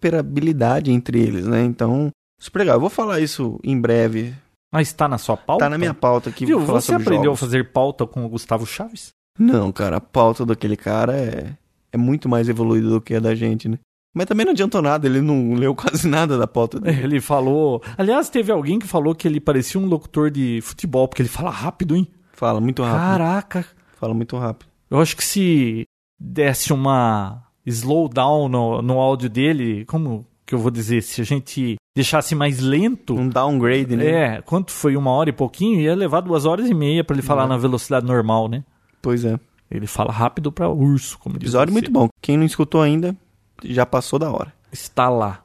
A: interoperabilidade entre eles, né? Então, super legal. Eu vou falar isso em breve.
C: Mas está na sua pauta?
A: Tá na minha pauta aqui.
C: Viu,
A: vou falar
C: você
A: sobre
C: aprendeu
A: jogos.
C: a fazer pauta com o Gustavo Chaves?
A: Não, cara, a pauta daquele cara é, é muito mais evoluída do que a da gente, né? Mas também não adiantou nada, ele não leu quase nada da pauta dele.
C: Ele falou. Aliás, teve alguém que falou que ele parecia um locutor de futebol, porque ele fala rápido, hein?
A: Fala muito
C: Ah,
A: rápido.
C: Caraca,
A: Fala muito rápido.
C: Eu acho que se desse uma slowdown no, no áudio dele, como que eu vou dizer? Se a gente deixasse mais lento,
A: Um downgrade, né?
C: é, quanto foi uma hora e pouquinho, ia levar duas horas e meia pra ele falar
A: Não.
C: na velocidade normal, né?
A: Pois é.
C: Ele fala rápido pra urso, como diz
A: Episódio
C: você.
A: muito bom. Quem não escutou ainda, já passou da hora.
C: Está lá.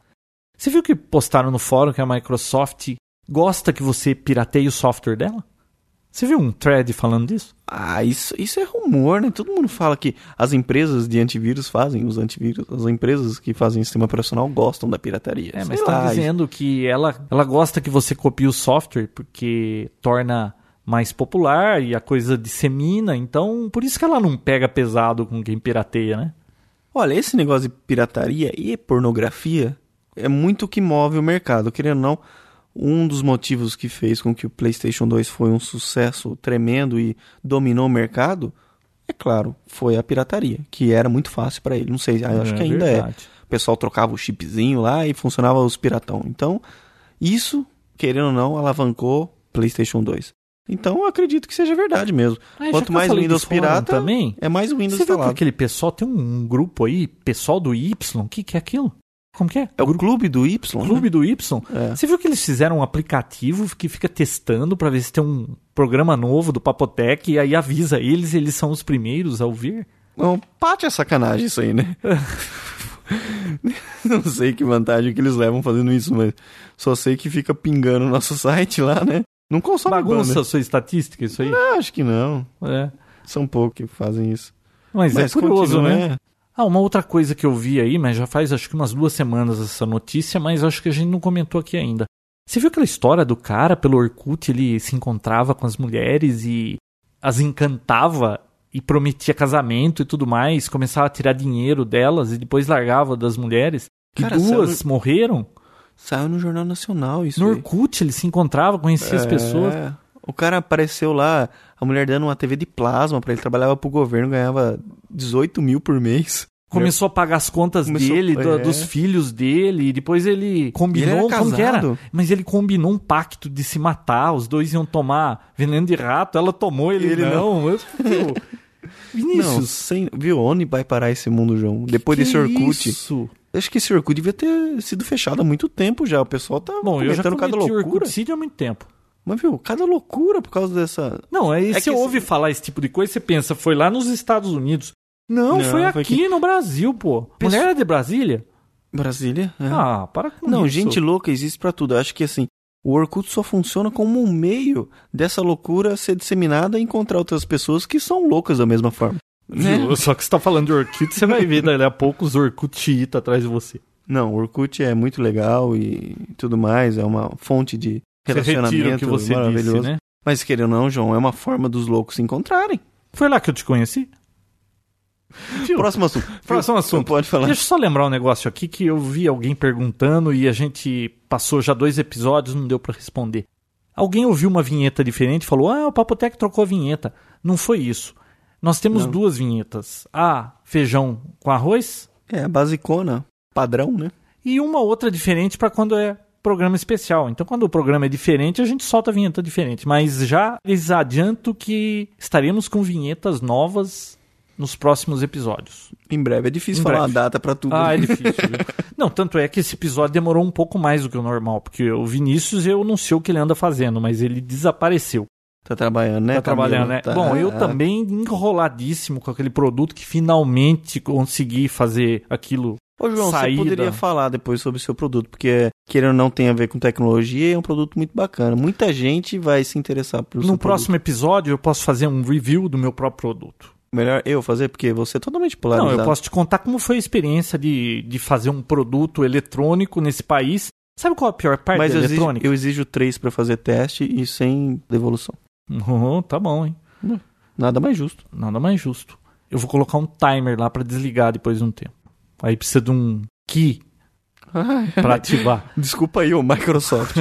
C: Você viu que postaram no fórum que a Microsoft gosta que você pirateie o software dela? Você viu um thread falando disso?
A: Ah, isso, isso é rumor, né? Todo mundo fala que as empresas de antivírus fazem, os antivírus, as empresas que fazem sistema operacional gostam da pirataria.
C: É,
A: Sei
C: mas tá
A: lá,
C: dizendo que ela, ela gosta que você copie o software porque torna mais popular e a coisa dissemina, então por isso que ela não pega pesado com quem pirateia, né?
A: Olha, esse negócio de pirataria e pornografia é muito o que move o mercado. Querendo ou não, um dos motivos que fez com que o PlayStation 2 foi um sucesso tremendo e dominou o mercado, é claro, foi a pirataria, que era muito fácil pra ele. Não sei, eu acho que ainda é.
C: verdade.
A: O pessoal trocava o chipzinho lá e funcionava os piratão. Então, isso, querendo ou não, alavancou PlayStation 2. Então, eu acredito que seja verdade mesmo.
C: Ah, já que
A: Quanto
C: eu
A: mais
C: falei
A: Windows
C: de fórum
A: pirata,
C: também,
A: é mais Windows
C: você viu que
A: instalado.
C: aquele pessoal tem um grupo aí, pessoal do Y, o que, que é aquilo? Como que é?
A: É o clube do Y, né?
C: Clube do Y.
A: É.
C: Você viu que eles fizeram um aplicativo que fica testando pra ver se tem um programa novo do Papotec e aí avisa eles, eles são os primeiros a ouvir?
A: Não, parte é sacanagem isso aí, né? Não sei que vantagem que eles levam fazendo isso, mas só sei que fica pingando o nosso site lá, né? Não consome
C: Bagunça
A: banda.
C: a sua estatística isso aí?
A: Ah, acho que não.
C: É.
A: São poucos que fazem isso.
C: Mas, é curioso,
A: continua,
C: né? Ah, uma outra coisa que eu vi aí, mas já faz acho que umas duas semanas essa notícia, mas acho que a gente não comentou aqui ainda. Você viu aquela história do cara pelo Orkut, ele se encontrava com as mulheres e as encantava e prometia casamento e tudo mais, começava a tirar dinheiro delas e depois largava das mulheres? Que
A: Cara, é um-
C: duas
A: sério?
C: morreram?
A: Saiu no Jornal Nacional isso.
C: No
A: aí.
C: Orkut ele se encontrava, conhecia as
A: É.
C: pessoas.
A: O cara apareceu lá, a mulher dando uma TV de plasma pra ele, trabalhava pro governo, ganhava 18 mil por mês.
C: Começou a pagar as contas
A: Começou-
C: dele, do-
A: é.
C: dos filhos dele, e depois ele combinou.
A: era
C: como que era?
A: casado.
C: Mas ele combinou um pacto de se matar, os dois iam tomar veneno de rato, ela tomou, ele,
A: Ele
C: não. Eu- Meu,
A: Não,
C: Vinícius,
A: sem, viu? Onde vai parar esse mundo, João? Depois
C: que
A: desse Orkut.
C: Isso?
A: Acho que esse Orkut devia ter sido fechado há muito tempo já. O pessoal tá
C: Bom, eu já
A: comentando cada
C: cometi
A: loucura.
C: Orkutcídio há muito tempo.
A: Mas, viu, cada loucura por causa dessa.
C: Não, aí
A: É
C: você
A: que
C: ouve falar esse tipo de coisa, você pensa, foi lá nos Estados Unidos. Não,
A: Não,
C: foi,
A: foi
C: aqui no Brasil, pô.
A: Pessoa-
C: Mulher é de Brasília?
A: Brasília? É.
C: Ah, para com
A: Não,
C: isso.
A: gente louca existe pra tudo. Eu acho que assim, o Orkut só funciona como um meio dessa loucura ser disseminada e encontrar outras pessoas que são loucas da mesma forma. né?
C: Ju- Só que você tá falando de Orkut, você vai ver dali a pouco os Orkutchiita atrás de você.
A: Não, o Orkut é muito legal e tudo mais, é uma fonte de
C: Você retira o
A: relacionamento
C: que você
A: maravilhoso.
C: disse, né?
A: Mas querendo ou não, João, é uma forma dos loucos se encontrarem.
C: Foi lá que eu te conheci? Viu?
A: Próximo assunto.
C: Próximo
A: Não
C: assunto.
A: pode falar.
C: Deixa eu só lembrar um negócio aqui que eu vi alguém perguntando e a gente passou já dois episódios, não deu pra responder. Alguém ouviu uma vinheta diferente e falou: Ah, o Papotec trocou a vinheta. Não foi isso. Nós temos
A: Não.
C: duas vinhetas: a feijão com arroz
A: É, a basicona, padrão, né?
C: e uma outra diferente pra quando é programa especial. Então, quando o programa é diferente, a gente solta a vinheta diferente. Mas já lhes adianto que estaremos com vinhetas novas nos próximos episódios.
A: Em breve. É difícil
C: Em
A: falar
C: breve.
A: a data pra tudo.
C: Ah, é
A: né?
C: difícil. viu? não, tanto é que esse episódio demorou um pouco mais do que o normal, porque o Vinícius eu não sei o que ele anda fazendo, mas ele desapareceu.
A: Tá trabalhando, né?
C: tá trabalhando, né? Bom, eu também enroladíssimo com aquele produto que finalmente consegui fazer aquilo.
A: Ô, João,
C: Saída.
A: você poderia falar depois sobre o seu produto, porque, querendo ou não, tem a ver com tecnologia e é um produto muito bacana. Muita gente vai se interessar pelo
C: No
A: seu
C: próximo episódio eu posso fazer um review do meu próprio produto.
A: produto. Melhor eu fazer, porque você é totalmente polarizado.
C: Não, eu posso te contar como foi a experiência de, de fazer um produto eletrônico nesse país. Sabe qual é a pior parte
A: Mas
C: da
A: eu exijo,
C: eletrônica?
A: eu exijo três pra fazer teste e sem devolução.
C: Uhum, tá bom, hein?
A: Nada mais justo.
C: Nada mais justo. Eu vou colocar um timer lá pra desligar depois de um tempo. Aí precisa de um key pra ativar.
A: Desculpa aí, ô Microsoft.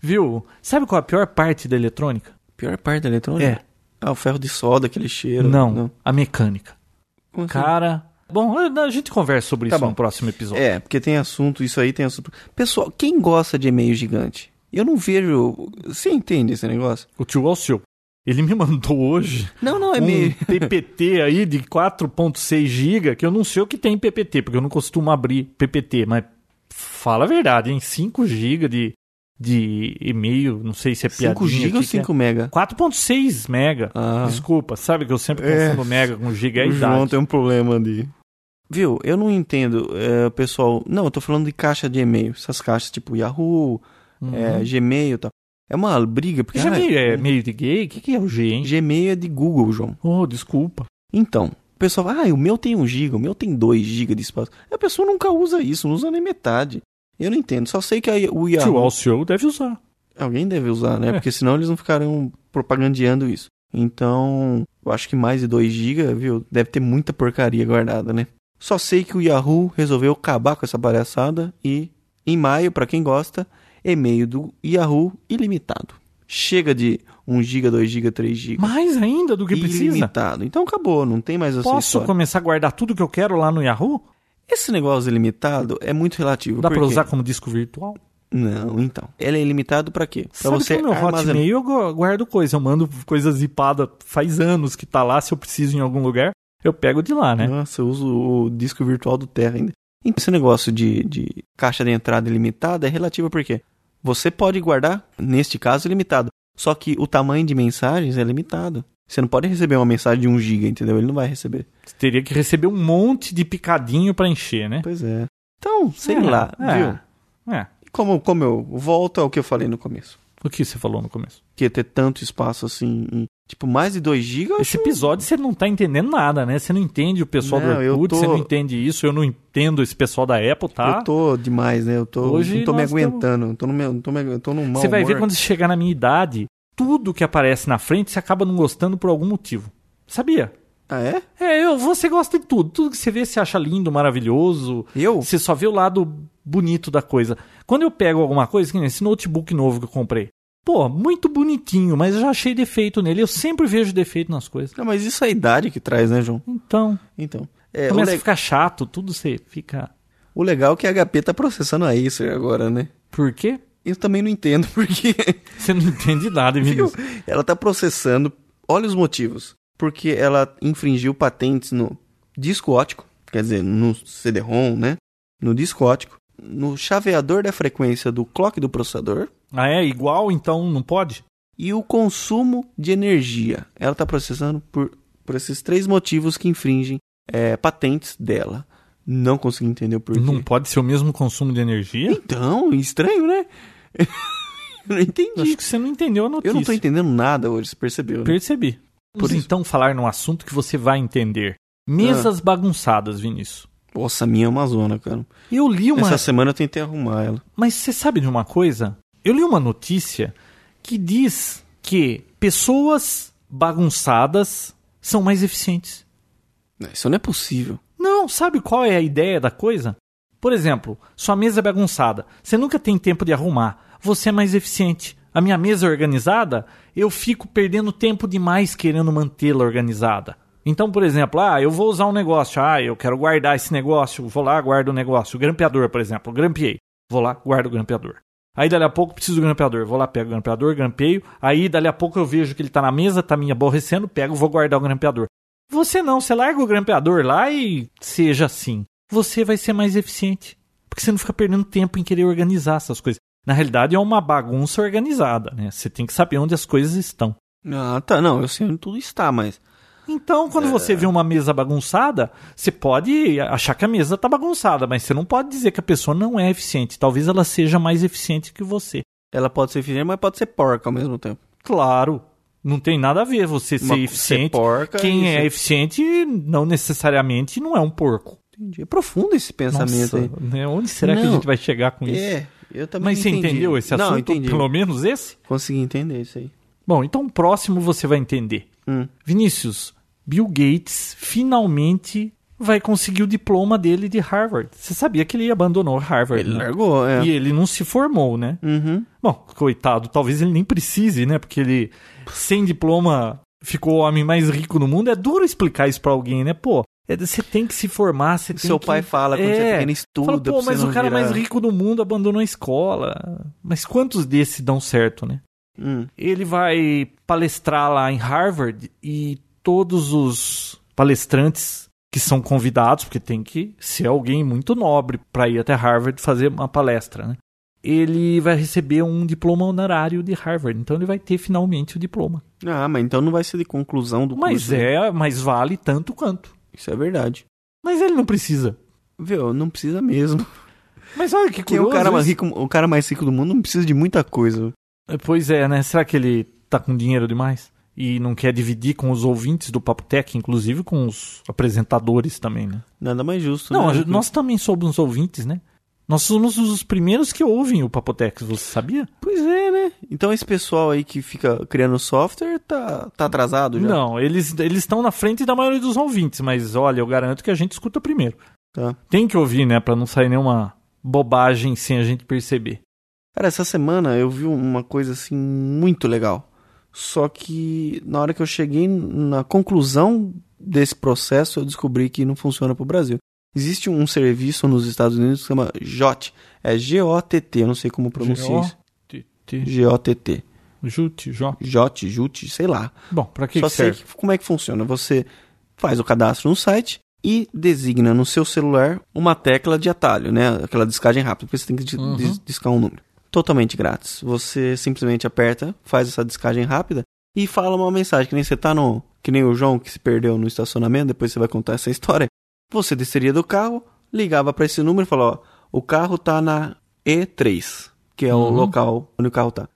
C: Viu? Sabe qual é a pior parte da eletrônica?
A: Pior parte da eletrônica? Ah, o ferro de soda, aquele cheiro.
C: É. Não, a mecânica.
A: Como assim?
C: Cara. Bom, a a gente conversa sobre
A: Tá
C: isso
A: bom.
C: no próximo episódio.
A: É, porque tem assunto, isso aí tem assunto. Pessoal, quem gosta de e-mail gigante? Eu não vejo. Você entende esse negócio?
C: O tio Alceu. Ele me mandou hoje
A: Não, não,
C: um
A: e-mail.
C: PPT aí de 4.6 GB, que eu não sei o que tem em PPT, porque eu não costumo abrir PPT, mas fala a verdade, hein? 5 GB de, de e-mail, não sei se é piadinha.
A: 5 GB ou
C: o que que é.
A: 5 mega?
C: 4.6 mega.
A: Ah.
C: Desculpa, sabe que eu sempre
A: É.
C: confundo mega com giga é a
A: o João
C: idade.
A: tem um problema ali. Viu? Eu não entendo, é, pessoal. Não, eu tô falando de caixa de e-mail. Essas caixas tipo Yahoo,
C: Uhum.
A: é, Gmail e tal. É uma briga, porque. ah,
C: Gmail é meio de gay? O que, que é o G, hein?
A: Gmail é de Google, João.
C: Oh, desculpa.
A: Então, o pessoal fala, ah, o meu tem 1 giga, o meu tem 2 giga de espaço. A pessoa nunca usa isso, não usa nem metade. Eu não entendo, só sei que a-
C: Tio
A: o Yahoo...
C: Alceu deve usar.
A: Alguém deve usar, né?
C: É.
A: Porque senão eles não ficariam propagandeando isso. Então, eu acho que mais de 2 giga, viu? Deve ter muita porcaria guardada, né? Só sei que o Yahoo resolveu acabar com essa palhaçada e, em maio, pra quem gosta, e-mail do Yahoo ilimitado. Chega de 1 giga, 2 giga, 3 giga.
C: Mais ainda do que precisa.
A: ilimitado. Então acabou, não tem mais essa
C: Posso
A: história.
C: começar a guardar tudo que eu quero lá no Yahoo?
A: Esse negócio ilimitado é muito relativo.
C: Dá
A: por
C: pra
A: quê?
C: usar como disco virtual?
A: Não, então. Ele é ilimitado pra quê? Pra
C: Sabe é
A: você
C: que no meu
A: armazenar.
C: Hotmail eu gu- guardo coisa. Eu mando coisa zipada faz anos que tá lá. Se eu preciso em algum lugar, eu pego de lá, né?
A: Nossa, eu uso o disco virtual do Terra ainda. Então, esse negócio de, de caixa de entrada ilimitada é relativo por quê? Você pode guardar, neste caso, ilimitado. Só que o tamanho de mensagens é limitado. Você não pode receber uma mensagem de 1 giga, entendeu? Ele não vai receber.
C: Você teria que receber um monte de picadinho pra encher, né?
A: Pois é. Então, sei
C: É,
A: lá,
C: é,
A: viu?
C: É.
A: Como, como eu volto ao que eu falei no começo.
C: O que você falou no começo?
A: que ter tanto espaço assim em Tipo, mais de 2 GB? eu
C: Esse
A: acho-
C: episódio você não tá entendendo nada, né? Você não entende o pessoal
A: Não,
C: do
A: eu
C: Orkut,
A: tô-
C: você não entende isso, eu não entendo esse pessoal da Apple, tá?
A: Eu tô demais, né? Eu tô,
C: Hoje
A: não tô me
C: nós temos-
A: aguentando. Tô no meu, não tô me, eu tô num mau
C: Você vai ver
A: humor.
C: quando você chegar na minha idade, tudo que aparece na frente você acaba não gostando por algum motivo. Sabia?
A: Ah, é?
C: É, eu, você gosta de tudo. Tudo que você vê, você acha lindo, maravilhoso.
A: Eu?
C: Você só vê o lado bonito da coisa. Quando eu pego alguma coisa, que nem esse notebook novo que eu comprei. Pô, muito bonitinho, mas eu já achei defeito nele. Eu sempre vejo defeito nas coisas.
A: Não, mas isso é a idade que traz, né, João?
C: Então,
A: Então. É, o,
C: começa a
A: le-
C: ficar chato, tudo você fica.
A: o legal é que a HP tá processando a Acer agora, né?
C: Por quê?
A: Eu também não entendo porque
C: Você não entende nada,
A: viu?
C: Vinícius.
A: ela tá processando. Olha os motivos. Porque ela infringiu patentes no disco ótico, quer dizer, no CD-ROM, né? No disco ótico, no chaveador da frequência do clock do processador
C: Ah, é? Igual, então não pode?
A: e o consumo de energia. Ela está processando por, por esses três motivos que infringem é, patentes dela. Não consegui entender o porquê.
C: Não pode ser o mesmo consumo de energia?
A: Então, estranho, né? eu não entendi.
C: Acho que você não entendeu a notícia.
A: Eu não tô entendendo nada hoje, você percebeu? Né?
C: Percebi.
A: Por
C: Vamos
A: isso.
C: então falar num assunto que você vai entender. Mesas bagunçadas, Vinícius.
A: Nossa, minha Amazona, cara.
C: Eu li uma.
A: Essa semana eu tentei arrumar ela.
C: Mas você sabe de uma coisa? Eu li uma notícia que diz que pessoas bagunçadas são mais eficientes.
A: Isso não é possível.
C: Não, sabe qual é a ideia da coisa? Por exemplo, sua mesa é bagunçada. Você nunca tem tempo de arrumar. Você é mais eficiente. A minha mesa é organizada, eu fico perdendo tempo demais querendo mantê-la organizada. Então, por exemplo, ah, eu vou usar um negócio, ah, eu quero guardar esse negócio, vou lá, guardo o negócio. O grampeador, por exemplo, grampeei. Vou lá, guardo o grampeador. Aí dali a pouco preciso do grampeador. Vou lá, pego o grampeador, grampeio. Aí dali a pouco eu vejo que ele tá na mesa, tá me aborrecendo, pego, vou guardar o grampeador. Você não, você larga o grampeador lá e seja assim. Você vai ser mais eficiente. Porque você não fica perdendo tempo em querer organizar essas coisas. Na realidade, é uma bagunça organizada, né? Você tem que saber onde as coisas estão.
A: Ah, tá. Não, eu sei onde tudo está, mas.
C: Então,
A: É.
C: quando você vê uma mesa bagunçada, você pode achar que a mesa está bagunçada, mas você não pode dizer que a pessoa não é eficiente. Talvez ela seja mais eficiente que você.
A: Ela pode ser eficiente, mas pode ser porca ao mesmo tempo.
C: Claro, não tem nada a ver você ser
A: Uma- ser
C: eficiente.
A: porca e
C: Quem é
A: ser-
C: eficiente não necessariamente não é um porco.
A: Entendi. É profundo esse
C: Nossa,
A: pensamento aí.
C: né? Onde será que a
A: Não.
C: gente vai chegar com isso?
A: É, eu também
C: Mas
A: não
C: você
A: entendi.
C: entendeu esse assunto?
A: Não, entendi.
C: Pelo menos esse?
A: Consegui entender isso aí.
C: Bom, então o próximo você vai entender.
A: Hum.
C: Vinícius, Bill Gates finalmente vai conseguir o diploma dele de Harvard. Você sabia que ele abandonou Harvard,
A: Ele
C: né?
A: largou, é.
C: E ele não se formou, né?
A: Uhum.
C: Bom, coitado, talvez ele nem precise, né? Porque ele, sem diploma, ficou o homem mais rico do mundo. É duro explicar isso pra alguém, né? Pô, é, você tem que se formar, você tem
A: Seu
C: que-
A: pai fala quando você é pequeno, estuda
C: Fala,
A: pra
C: pô,
A: você
C: mas o
A: não
C: cara é
A: virar-
C: mais rico do mundo abandonou a escola. Mas quantos desses dão certo, né?
A: Hum.
C: Ele vai palestrar lá em Harvard e todos os palestrantes que são convidados, porque tem que ser alguém muito nobre para ir até Harvard fazer uma palestra, né? Ele vai receber um diploma honorário de Harvard, então ele vai ter finalmente o diploma.
A: Ah, mas então não vai ser de conclusão do
C: Mas
A: curso.
C: é, mas vale tanto quanto.
A: Isso é verdade.
C: Mas ele não precisa.
A: Viu, não precisa mesmo.
C: Mas olha que
A: Porque
C: curioso.
A: é o cara, mais
C: isso.
A: rico, o cara mais rico do mundo não precisa de muita coisa.
C: Pois é, né? Será que ele tá com dinheiro demais? E não quer dividir com os ouvintes do Papo Tech, inclusive com os apresentadores também, né?
A: Nada mais justo.
C: Não,
A: né?
C: a gente- nós também somos ouvintes, né? Nós somos os primeiros que ouvem o Papotex, você sabia?
A: Pois é, né? Então esse pessoal aí que fica criando software tá, tá atrasado já?
C: Não, eles eles estão na frente da maioria dos ouvintes, mas olha, eu garanto que a gente escuta primeiro.
A: Tá.
C: Tem que ouvir, né, Pra não sair nenhuma bobagem sem a gente perceber.
A: Cara, essa semana eu vi uma coisa assim muito legal. Só que na hora que eu cheguei na conclusão desse processo, eu descobri que não funciona pro Brasil. Existe um serviço nos Estados Unidos que chama JOT. É G-O-T-T, eu não sei como pronuncia isso.
C: G-O-T-T,
A: G-O-T-T.
C: Jute, Jó.
A: JOT, JUT, sei lá.
C: Bom, pra que
A: Só
C: que
A: sei
C: serve?
A: que, como é que funciona. Você faz o cadastro no site e designa no seu celular uma tecla de atalho, né? Aquela descagem rápida, porque você tem que di-
C: Uhum.
A: dis- discar um número. Totalmente grátis. Você simplesmente aperta, faz essa descagem rápida e fala uma mensagem, que nem você tá no. Que nem o João que se perdeu no estacionamento, depois você vai contar essa história. Você desceria do carro, ligava para esse número e falava, ó, o carro tá na E3, que é
C: Uhum.
A: o local onde o carro tá.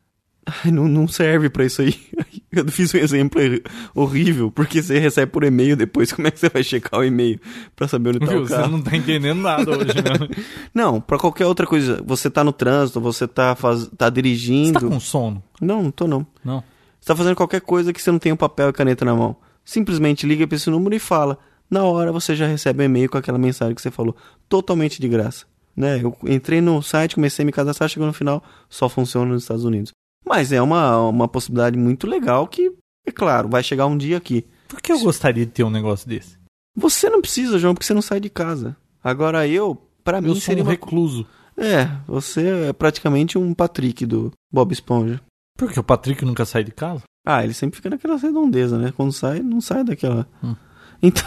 A: Ai, Não, não serve pra isso aí. Eu fiz um exemplo er- horrível, porque você recebe por e-mail depois. Como é que você vai checar o e-mail pra saber onde tá
C: Viu?
A: o
C: Você
A: carro?
C: não tá entendendo nada hoje, né?
A: Não, pra qualquer outra coisa. Você tá no trânsito, você tá, faz... tá
C: Você
A: dirigindo.
C: tá com sono?
A: Não, não tô não.
C: Não.
A: Você tá fazendo qualquer coisa que você não tem o papel e caneta na mão. Simplesmente liga pra esse número e fala. Na hora você já recebe um e-mail com aquela mensagem que você falou. Totalmente de graça. Né? Eu entrei no site, comecei a me cadastrar, chegou no final, só funciona nos Estados Unidos. Mas é uma, uma possibilidade muito legal que, é claro, vai chegar um dia aqui.
C: Por que eu gostaria de ter um negócio desse?
A: Você não precisa, João, porque você não sai de casa. Agora eu, pra
C: Eu
A: mim,
C: sou
A: seria
C: um
A: uma...
C: recluso.
A: É, você é praticamente um Patrick do Bob Esponja.
C: Porque o Patrick nunca sai de casa?
A: Ah, ele sempre fica naquela redondeza, né? Quando sai, não sai daquela.
C: Hum.
A: Então,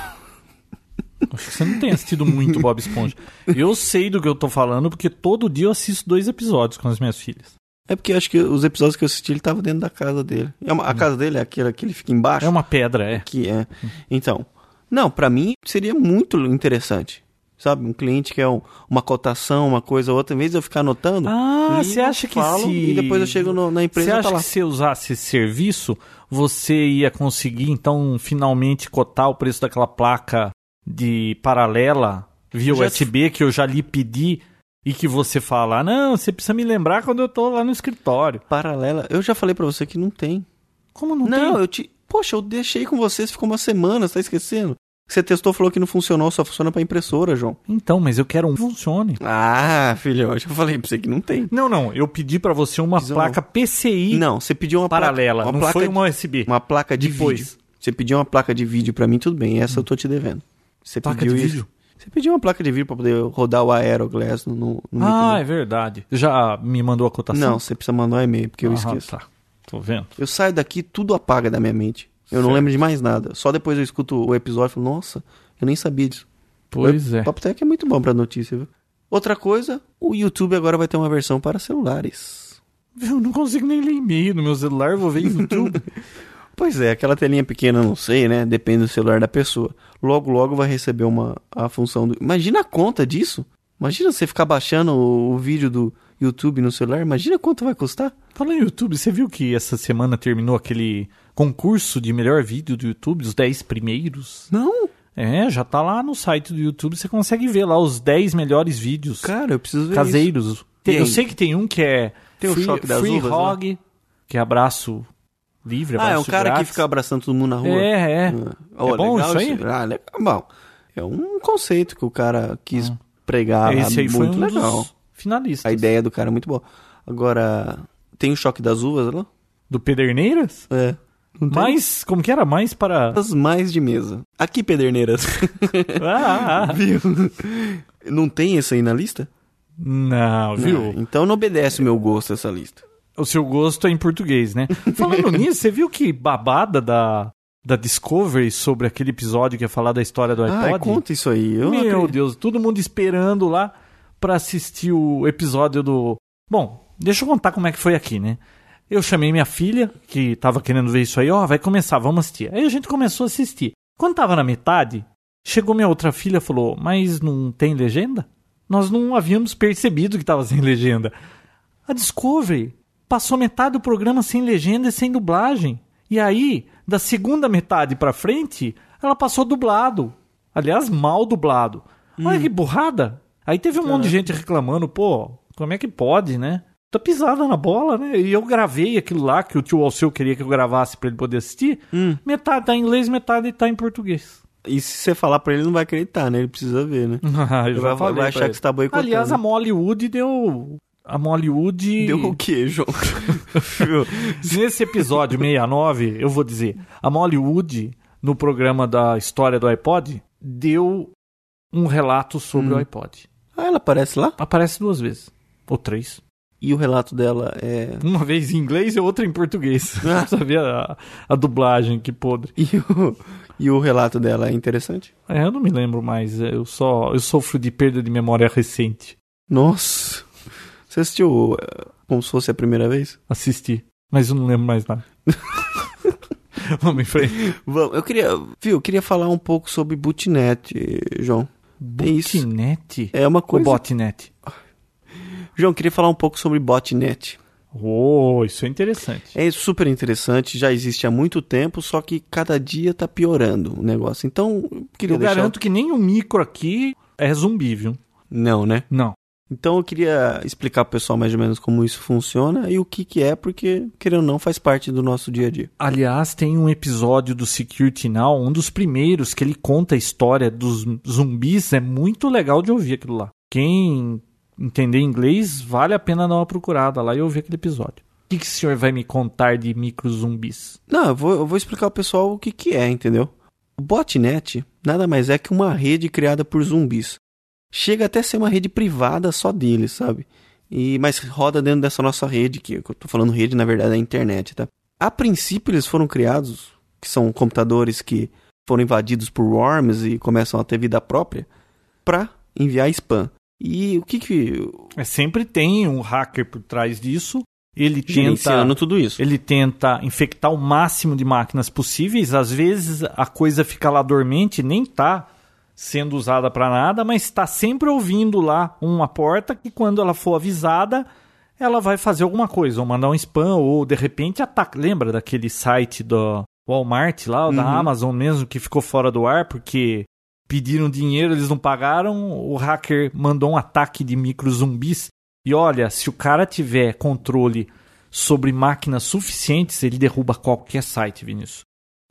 C: Acho que você não tem assistido muito Bob Esponja. Eu sei do que eu tô falando, porque todo dia eu assisto dois episódios com as minhas filhas.
A: é porque acho que os episódios que eu assisti, ele tava dentro da casa dele. É uma- a casa dele é aquela que ele fica embaixo?
C: Uhum. É uma pedra, é.
A: Que é. Então, não, pra mim seria muito interessante. Sabe, um cliente que é uma cotação, uma coisa ou outra, em vez de eu ficar anotando.
C: Ah,
A: ligo,
C: você acha que
A: falo,
C: se...
A: E depois eu chego no- na
C: Você
A: empresa e
C: acha
A: tá lá.
C: que se usasse esse serviço, você ia conseguir, então, finalmente cotar o preço daquela placa de paralela via
A: Já
C: USB que eu já lhe pedi e que você fala, "Ah, não, você precisa me lembrar quando eu tô lá no escritório.
A: Paralela, eu já falei pra você que não tem.
C: Como não,
A: Não,
C: tem?
A: eu te. Poxa, eu deixei com vocês, ficou uma semana, você tá esquecendo? Você testou, falou que não funcionou, só funciona pra impressora, João.
C: Então, mas eu quero um que funcione.
A: Ah, filhão, eu já falei pra você que não tem.
C: Não, não, eu pedi pra você uma
A: Fiz um-
C: placa PCI
A: Não, você pediu uma placa-
C: paralela,
A: uma
C: não
A: placa
C: foi
A: de-
C: uma USB.
A: uma placa de
C: Depois.
A: vídeo. Você pediu uma placa de vídeo pra mim, tudo bem, essa eu tô te devendo. Você
C: Placa
A: pediu
C: de
A: isso.
C: vídeo?
A: Você pediu uma placa de vídeo pra poder rodar o Aeroglass no, no, no
C: Ah,
A: micro-
C: é verdade. Já me mandou a cotação?
A: Não, você precisa mandar um e-mail, porque eu
C: Aham,
A: esqueço.
C: tá. Tô vendo.
A: Eu saio daqui, tudo apaga da minha mente. Eu não
C: Certo.
A: lembro de mais nada. Só depois eu escuto o episódio e falo, nossa, eu nem sabia disso.
C: Pois
A: O
C: é.
A: Papotec é muito bom pra notícia, viu? Outra coisa, o YouTube agora vai ter uma versão para celulares.
C: Eu não consigo nem ler e-mail no meu celular, vou ver YouTube.
A: Pois é, aquela telinha pequena, não sei, né? Depende do celular da pessoa. Logo, logo vai receber uma a função do. Imagina a conta disso? Imagina você ficar baixando o, o vídeo do YouTube no celular. Imagina quanto vai custar?
C: Falando em YouTube, você viu que essa semana terminou aquele concurso de melhor vídeo do YouTube, os 10 primeiros?
A: Não,
C: É, já tá lá no site do YouTube, você consegue ver lá os 10 melhores vídeos
A: cara, eu preciso ver. Isso.
C: caseiros. Tem-
A: E
C: eu
A: aí?
C: sei que tem um que é
A: Tem o
C: Free,
A: choque das
C: free
A: uvas, né?
C: Hog, que é abraço livre,
A: Ah,
C: abraço
A: é um cara
C: grátis.
A: que fica abraçando todo mundo na rua.
C: É, é.
A: Ah,
C: é bom
A: legal
C: isso aí?
A: Ah, legal. Bom, é um conceito que o cara quis pregar. lá,
C: Ah. Esse aí foi
A: Ah, muito
C: um
A: legal.
C: dos finalistas.
A: A ideia do cara é muito boa. Agora, tem o choque das uvas lá?
C: Do Pederneiras?
A: É. Não tem?
C: Mais, como que era? Mais para...
A: As mais de mesa. Aqui, Pederneiras.
C: Ah, ah, ah.
A: Viu? Não tem isso aí na lista?
C: Não, viu?
A: Não. Então não obedece o meu gosto essa lista.
C: O seu gosto é em português, né? Falando nisso, você viu que babada da, da Discovery sobre aquele episódio que ia falar da história do iPod?
A: Ah, conta isso aí. Eu não
C: É Meu
A: acredito.
C: Deus, todo mundo esperando lá pra assistir o episódio do. Bom, deixa eu contar como é que foi aqui, né? Eu chamei minha filha, que tava querendo ver isso aí, ó, vai começar, vamos assistir. Aí a gente começou a assistir. Quando tava na metade, chegou minha outra filha e falou: Mas não tem legenda? Nós não havíamos percebido que tava sem legenda. A Discovery passou metade do programa sem legenda e sem dublagem. E aí, da segunda metade pra frente, ela passou dublado. Aliás, mal dublado. Olha que burrada. Aí teve um monte de gente reclamando, pô, como é que pode, né? Tá pisada na bola, né? E eu gravei aquilo lá que o tio Alceu queria que eu gravasse pra ele poder assistir. Metade tá em inglês, metade tá em português.
A: E se você falar pra ele, ele não vai acreditar, né? Ele precisa ver, né?
C: Eu
A: vai-
C: já falei
A: vai
C: pra
A: achar
C: ele.
A: que você tá boicotando.
C: Aliás, a Mollywood deu... A Mollywood...
A: Deu o quê, João? Viu?
C: Nesse episódio 69, eu vou dizer, a Molly Wood, no programa da história do iPod, deu um relato sobre o iPod.
A: ah, ela aparece lá?
C: Aparece duas vezes. Ou três.
A: E o relato dela é...
C: Uma vez em inglês e outra em português. Sabia a, a dublagem, que podre.
A: E o, e o relato dela é interessante?
C: É, eu não me lembro mais. É, Eu só eu sofro de perda de memória recente.
A: Nossa. Você assistiu eh, como se fosse a primeira vez?
C: Assisti. Mas eu não lembro mais nada. Vamos em frente.
A: Vamos, eu queria, viu, eu queria falar um pouco sobre bootnet, eh, João. É isso.
C: Botnet?
A: É uma
C: Ou
A: coisa.
C: botnet? é.
A: João, eu queria falar um pouco sobre botnet.
C: Uou, isso é interessante.
A: É super interessante, já existe há muito tempo, só que cada dia tá piorando o negócio. Então, eu queria
C: Eu
A: deixar.
C: garanto que nem o micro aqui é zumbi, viu?
A: Não, né?
C: Não.
A: Então eu queria explicar pro pessoal mais ou menos como isso funciona e o que que é, porque, querendo ou não, faz parte do nosso dia a dia.
C: Aliás, tem um episódio do Security Now, um dos primeiros que ele conta a história dos zumbis. É muito legal de ouvir aquilo lá. Quem entender inglês, vale a pena dar uma procurada lá e ouvir aquele episódio. O que, que o senhor vai me contar de micro zumbis?
A: Não, eu vou, eu vou explicar ao pessoal o que que é, entendeu? O botnet nada mais é que uma rede criada por zumbis. Chega até a ser uma rede privada só deles, sabe? E mas roda dentro dessa nossa rede que eu tô falando rede, na verdade é a internet, tá? A princípio eles foram criados, que são computadores que foram invadidos por worms e começam a ter vida própria pra enviar spam. E o que que
C: É, sempre tem um hacker por trás disso. Ele tenta,
A: gerenciando tudo isso?
C: ele tenta infectar o máximo de máquinas possíveis. Às vezes a coisa fica lá dormente, nem tá sendo usada para nada, mas está sempre ouvindo lá uma porta que quando ela for avisada, ela vai fazer alguma coisa, ou mandar um spam, ou de repente ataca. Lembra daquele site do Walmart lá, ou da
A: Uhum.
C: Amazon mesmo, que ficou fora do ar porque pediram dinheiro, eles não pagaram, o hacker mandou um ataque de micro zumbis. E olha, se o cara tiver controle sobre máquinas suficientes, ele derruba qualquer site, Vinícius.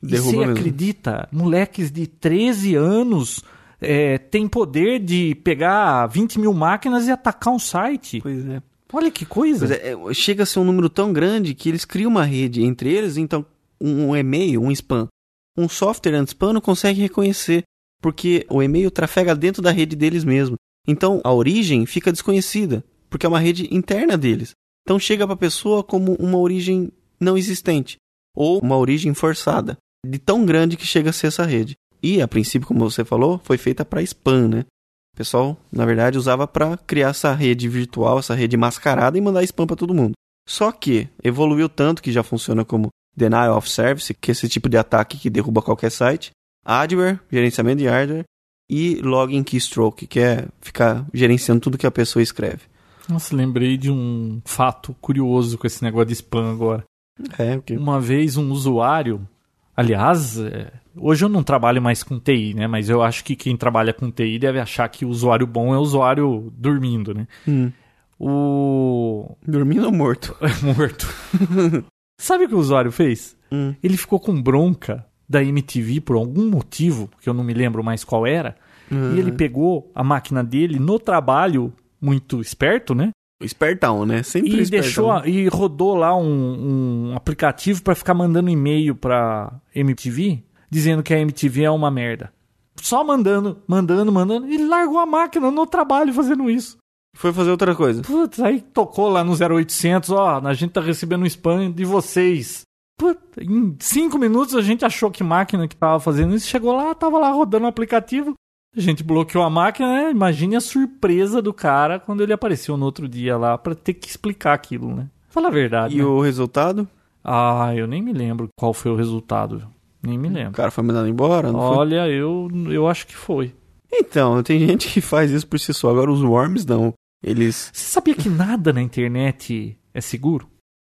A: Derruba
C: e você
A: mesmo.
C: acredita? Moleques de 13 anos é, têm poder de pegar 20 mil máquinas e atacar um site.
A: Pois é.
C: Olha que coisa.
A: Pois é, é, chega a ser um número tão grande que eles criam uma rede entre eles, então um, um e-mail, um spam, um software anti-spam não consegue reconhecer, porque o e-mail trafega dentro da rede deles mesmo. Então a origem fica desconhecida, porque é uma rede interna deles. Então chega para a pessoa como uma origem não existente ou uma origem forçada, de tão grande que chega a ser essa rede. E a princípio, como você falou, foi feita para spam, né? O pessoal, na verdade, usava para criar essa rede virtual, essa rede mascarada e mandar spam para todo mundo. Só que evoluiu tanto que já funciona como denial of service, que é esse tipo de ataque que derruba qualquer site, adware, gerenciamento de hardware e login keystroke, que é ficar gerenciando tudo que a pessoa escreve.
C: Nossa, lembrei de um fato curioso com esse negócio de spam agora.
A: É, o que
C: Uma vez um usuário, aliás, é, hoje eu não trabalho mais com TI, né? Mas eu acho que quem trabalha com TI deve achar que o usuário bom é o usuário dormindo, né?
A: Hum.
C: O
A: dormindo ou morto.
C: morto. Sabe o que o usuário fez?
A: Hum.
C: Ele ficou com bronca da MTV por algum motivo, que eu não me lembro mais qual era, e
A: Hum.
C: ele pegou a máquina dele no trabalho, muito esperto, né?
A: Espertão, né? Sempre
C: e
A: espertão.
C: deixou a- e rodou lá um, um aplicativo pra ficar mandando e-mail pra MTV dizendo que a MTV é uma merda. Só mandando, mandando, mandando. Ele largou a máquina no trabalho fazendo isso.
A: Foi fazer outra coisa.
C: Putz, aí tocou lá no 0800, ó, a gente tá recebendo um spam de vocês. Putz, em cinco minutos a gente achou que máquina que tava fazendo isso. Chegou lá, tava lá rodando o aplicativo. A gente bloqueou a máquina, né? Imagine a surpresa do cara quando ele apareceu no outro dia lá pra ter que explicar aquilo, né? Fala a verdade.
A: E
C: né?
A: o resultado?
C: Ah, eu nem me lembro qual foi o resultado. Nem me
A: O
C: lembro.
A: Hum, cara foi mandado embora? Não foi?
C: Olha, eu, eu acho que foi.
A: Então, tem gente que faz isso por si só. Agora os worms não. Eles.
C: Você sabia que nada na internet é seguro?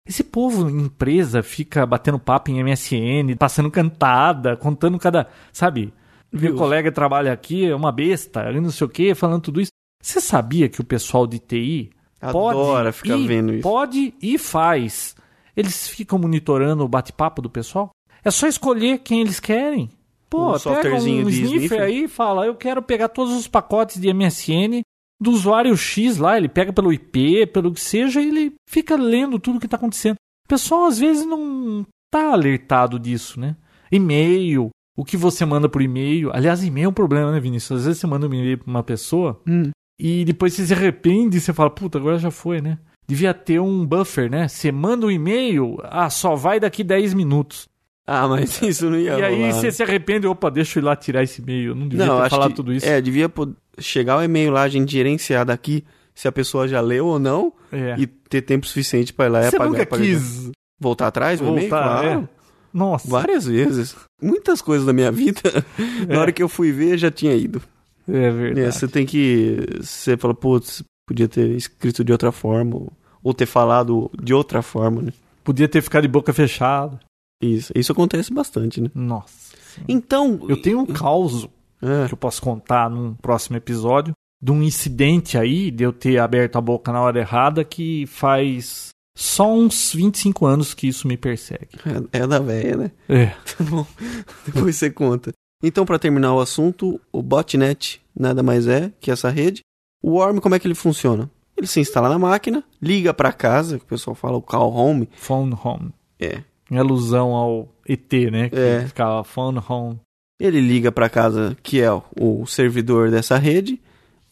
C: Esse povo em empresa fica batendo papo em MSN, passando cantada, contando cada. Sabe? Meu
A: Viu?
C: colega trabalha aqui, é uma besta, e não sei o quê, falando tudo isso. Você sabia que o pessoal de TI pode
A: Adora ficar
C: e-
A: vendo isso.
C: Pode e faz. Eles ficam monitorando o bate-papo do pessoal. É só escolher quem eles querem.
A: Um
C: Pô, pega
A: softwarezinho
C: um
A: de
C: sniffer,
A: sniffer.
C: aí e fala, eu quero pegar todos os pacotes de MSN do usuário X lá, ele pega pelo IP, pelo que seja, e ele fica lendo tudo que está acontecendo. O pessoal às vezes não tá alertado disso, né? E-mail, o que você manda por e-mail. Aliás, e-mail é um problema, né, Vinícius? Às vezes você manda um e-mail para uma pessoa
A: Hum.
C: e depois você se arrepende e você fala, puta, agora já foi, né? Devia ter um buffer, né? Você manda um e-mail, ah, só vai daqui 10 minutos.
A: Ah, mas isso não ia
C: e aí
A: rolar.
C: você se arrepende, opa, deixa eu ir lá tirar esse e-mail. Eu não devia
A: Não,
C: ter
A: acho
C: falado
A: que-
C: tudo isso.
A: É, devia po- chegar o e-mail lá, a gente gerenciar daqui se a pessoa já leu ou não
C: É.
A: e ter tempo suficiente pra ir lá e
C: você
A: apagar.
C: nunca
A: apagar.
C: quis
A: Voltar atrás no e-mail?
C: voltar,
A: Claro.
C: é. Nossa.
A: Várias vezes. Muitas coisas da minha vida. Na hora que eu fui ver, já tinha ido.
C: É
A: É,
C: verdade.
A: você tem que. Você fala, putz, podia ter escrito de outra forma. ou- ou ter falado de outra forma, né?
C: Podia ter ficado de boca fechada.
A: Isso, isso acontece bastante, né?
C: Nossa.
A: Então,
C: Eu tenho um caos
A: é,
C: que eu posso contar num próximo episódio de um incidente aí, de eu ter aberto a boca na hora errada, que faz só uns 25 anos que isso me persegue.
A: é- é da véia, né?
C: É.
A: Tá bom. Depois você conta. Então, pra terminar o assunto, o botnet nada mais é que essa rede. O worm, como é que ele funciona? Ele se instala na máquina, liga pra casa, que o pessoal fala o call home.
C: Phone home.
A: É.
C: Em alusão ao ET, né? Que
A: É.
C: ficava phone home.
A: Ele liga pra casa, que é o- o servidor dessa rede,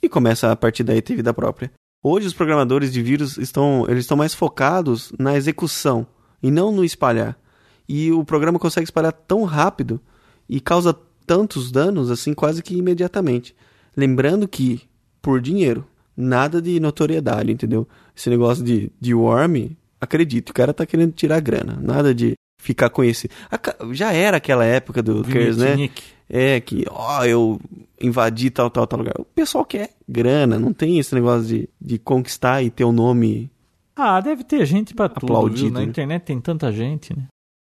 A: e começa a partir daí ter vida própria. Hoje os programadores de vírus estão, eles estão mais focados na execução e não no espalhar. E o programa consegue espalhar tão rápido e causa tantos danos assim quase que imediatamente. Lembrando que por dinheiro, nada de notoriedade, entendeu? Esse negócio de de worm, acredito, o cara tá querendo tirar grana, nada de ficar conhecido. A ca- Já era aquela época do Kers, né?
C: Vinhetinik.
A: É, que, ó, eu invadi tal, tal, tal lugar. O pessoal quer grana, não tem esse negócio de, de conquistar e ter o nome.
C: Ah, deve ter gente pra tudo,
A: Aplaudido,
C: viu? Na
A: né?
C: internet tem tanta gente, né?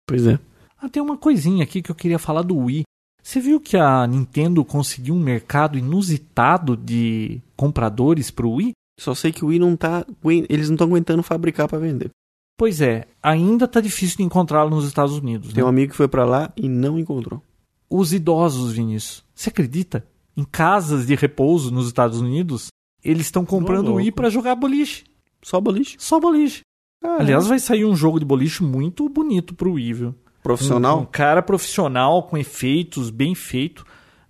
A: Pois é.
C: Ah, tem uma coisinha aqui que eu queria falar do Wii. Você viu que a Nintendo conseguiu um mercado inusitado de compradores pro Wii?
A: Só sei que o Wii não tá. aguen- Eles não estão aguentando fabricar pra vender.
C: Pois é, ainda tá difícil de encontrá-lo nos Estados Unidos.
A: Tem
C: né?
A: um amigo que foi pra lá e não encontrou.
C: Os idosos, Vinícius. Você acredita? Em casas de repouso nos Estados Unidos, eles estão comprando
A: Ô,
C: o Wii
A: louco.
C: pra jogar boliche.
A: Só boliche.
C: Só boliche.
A: Caramba.
C: Aliás, vai sair um jogo de boliche muito bonito pro Wii, viu? Um, um
A: profissional.
C: cara profissional, com efeitos, bem feito.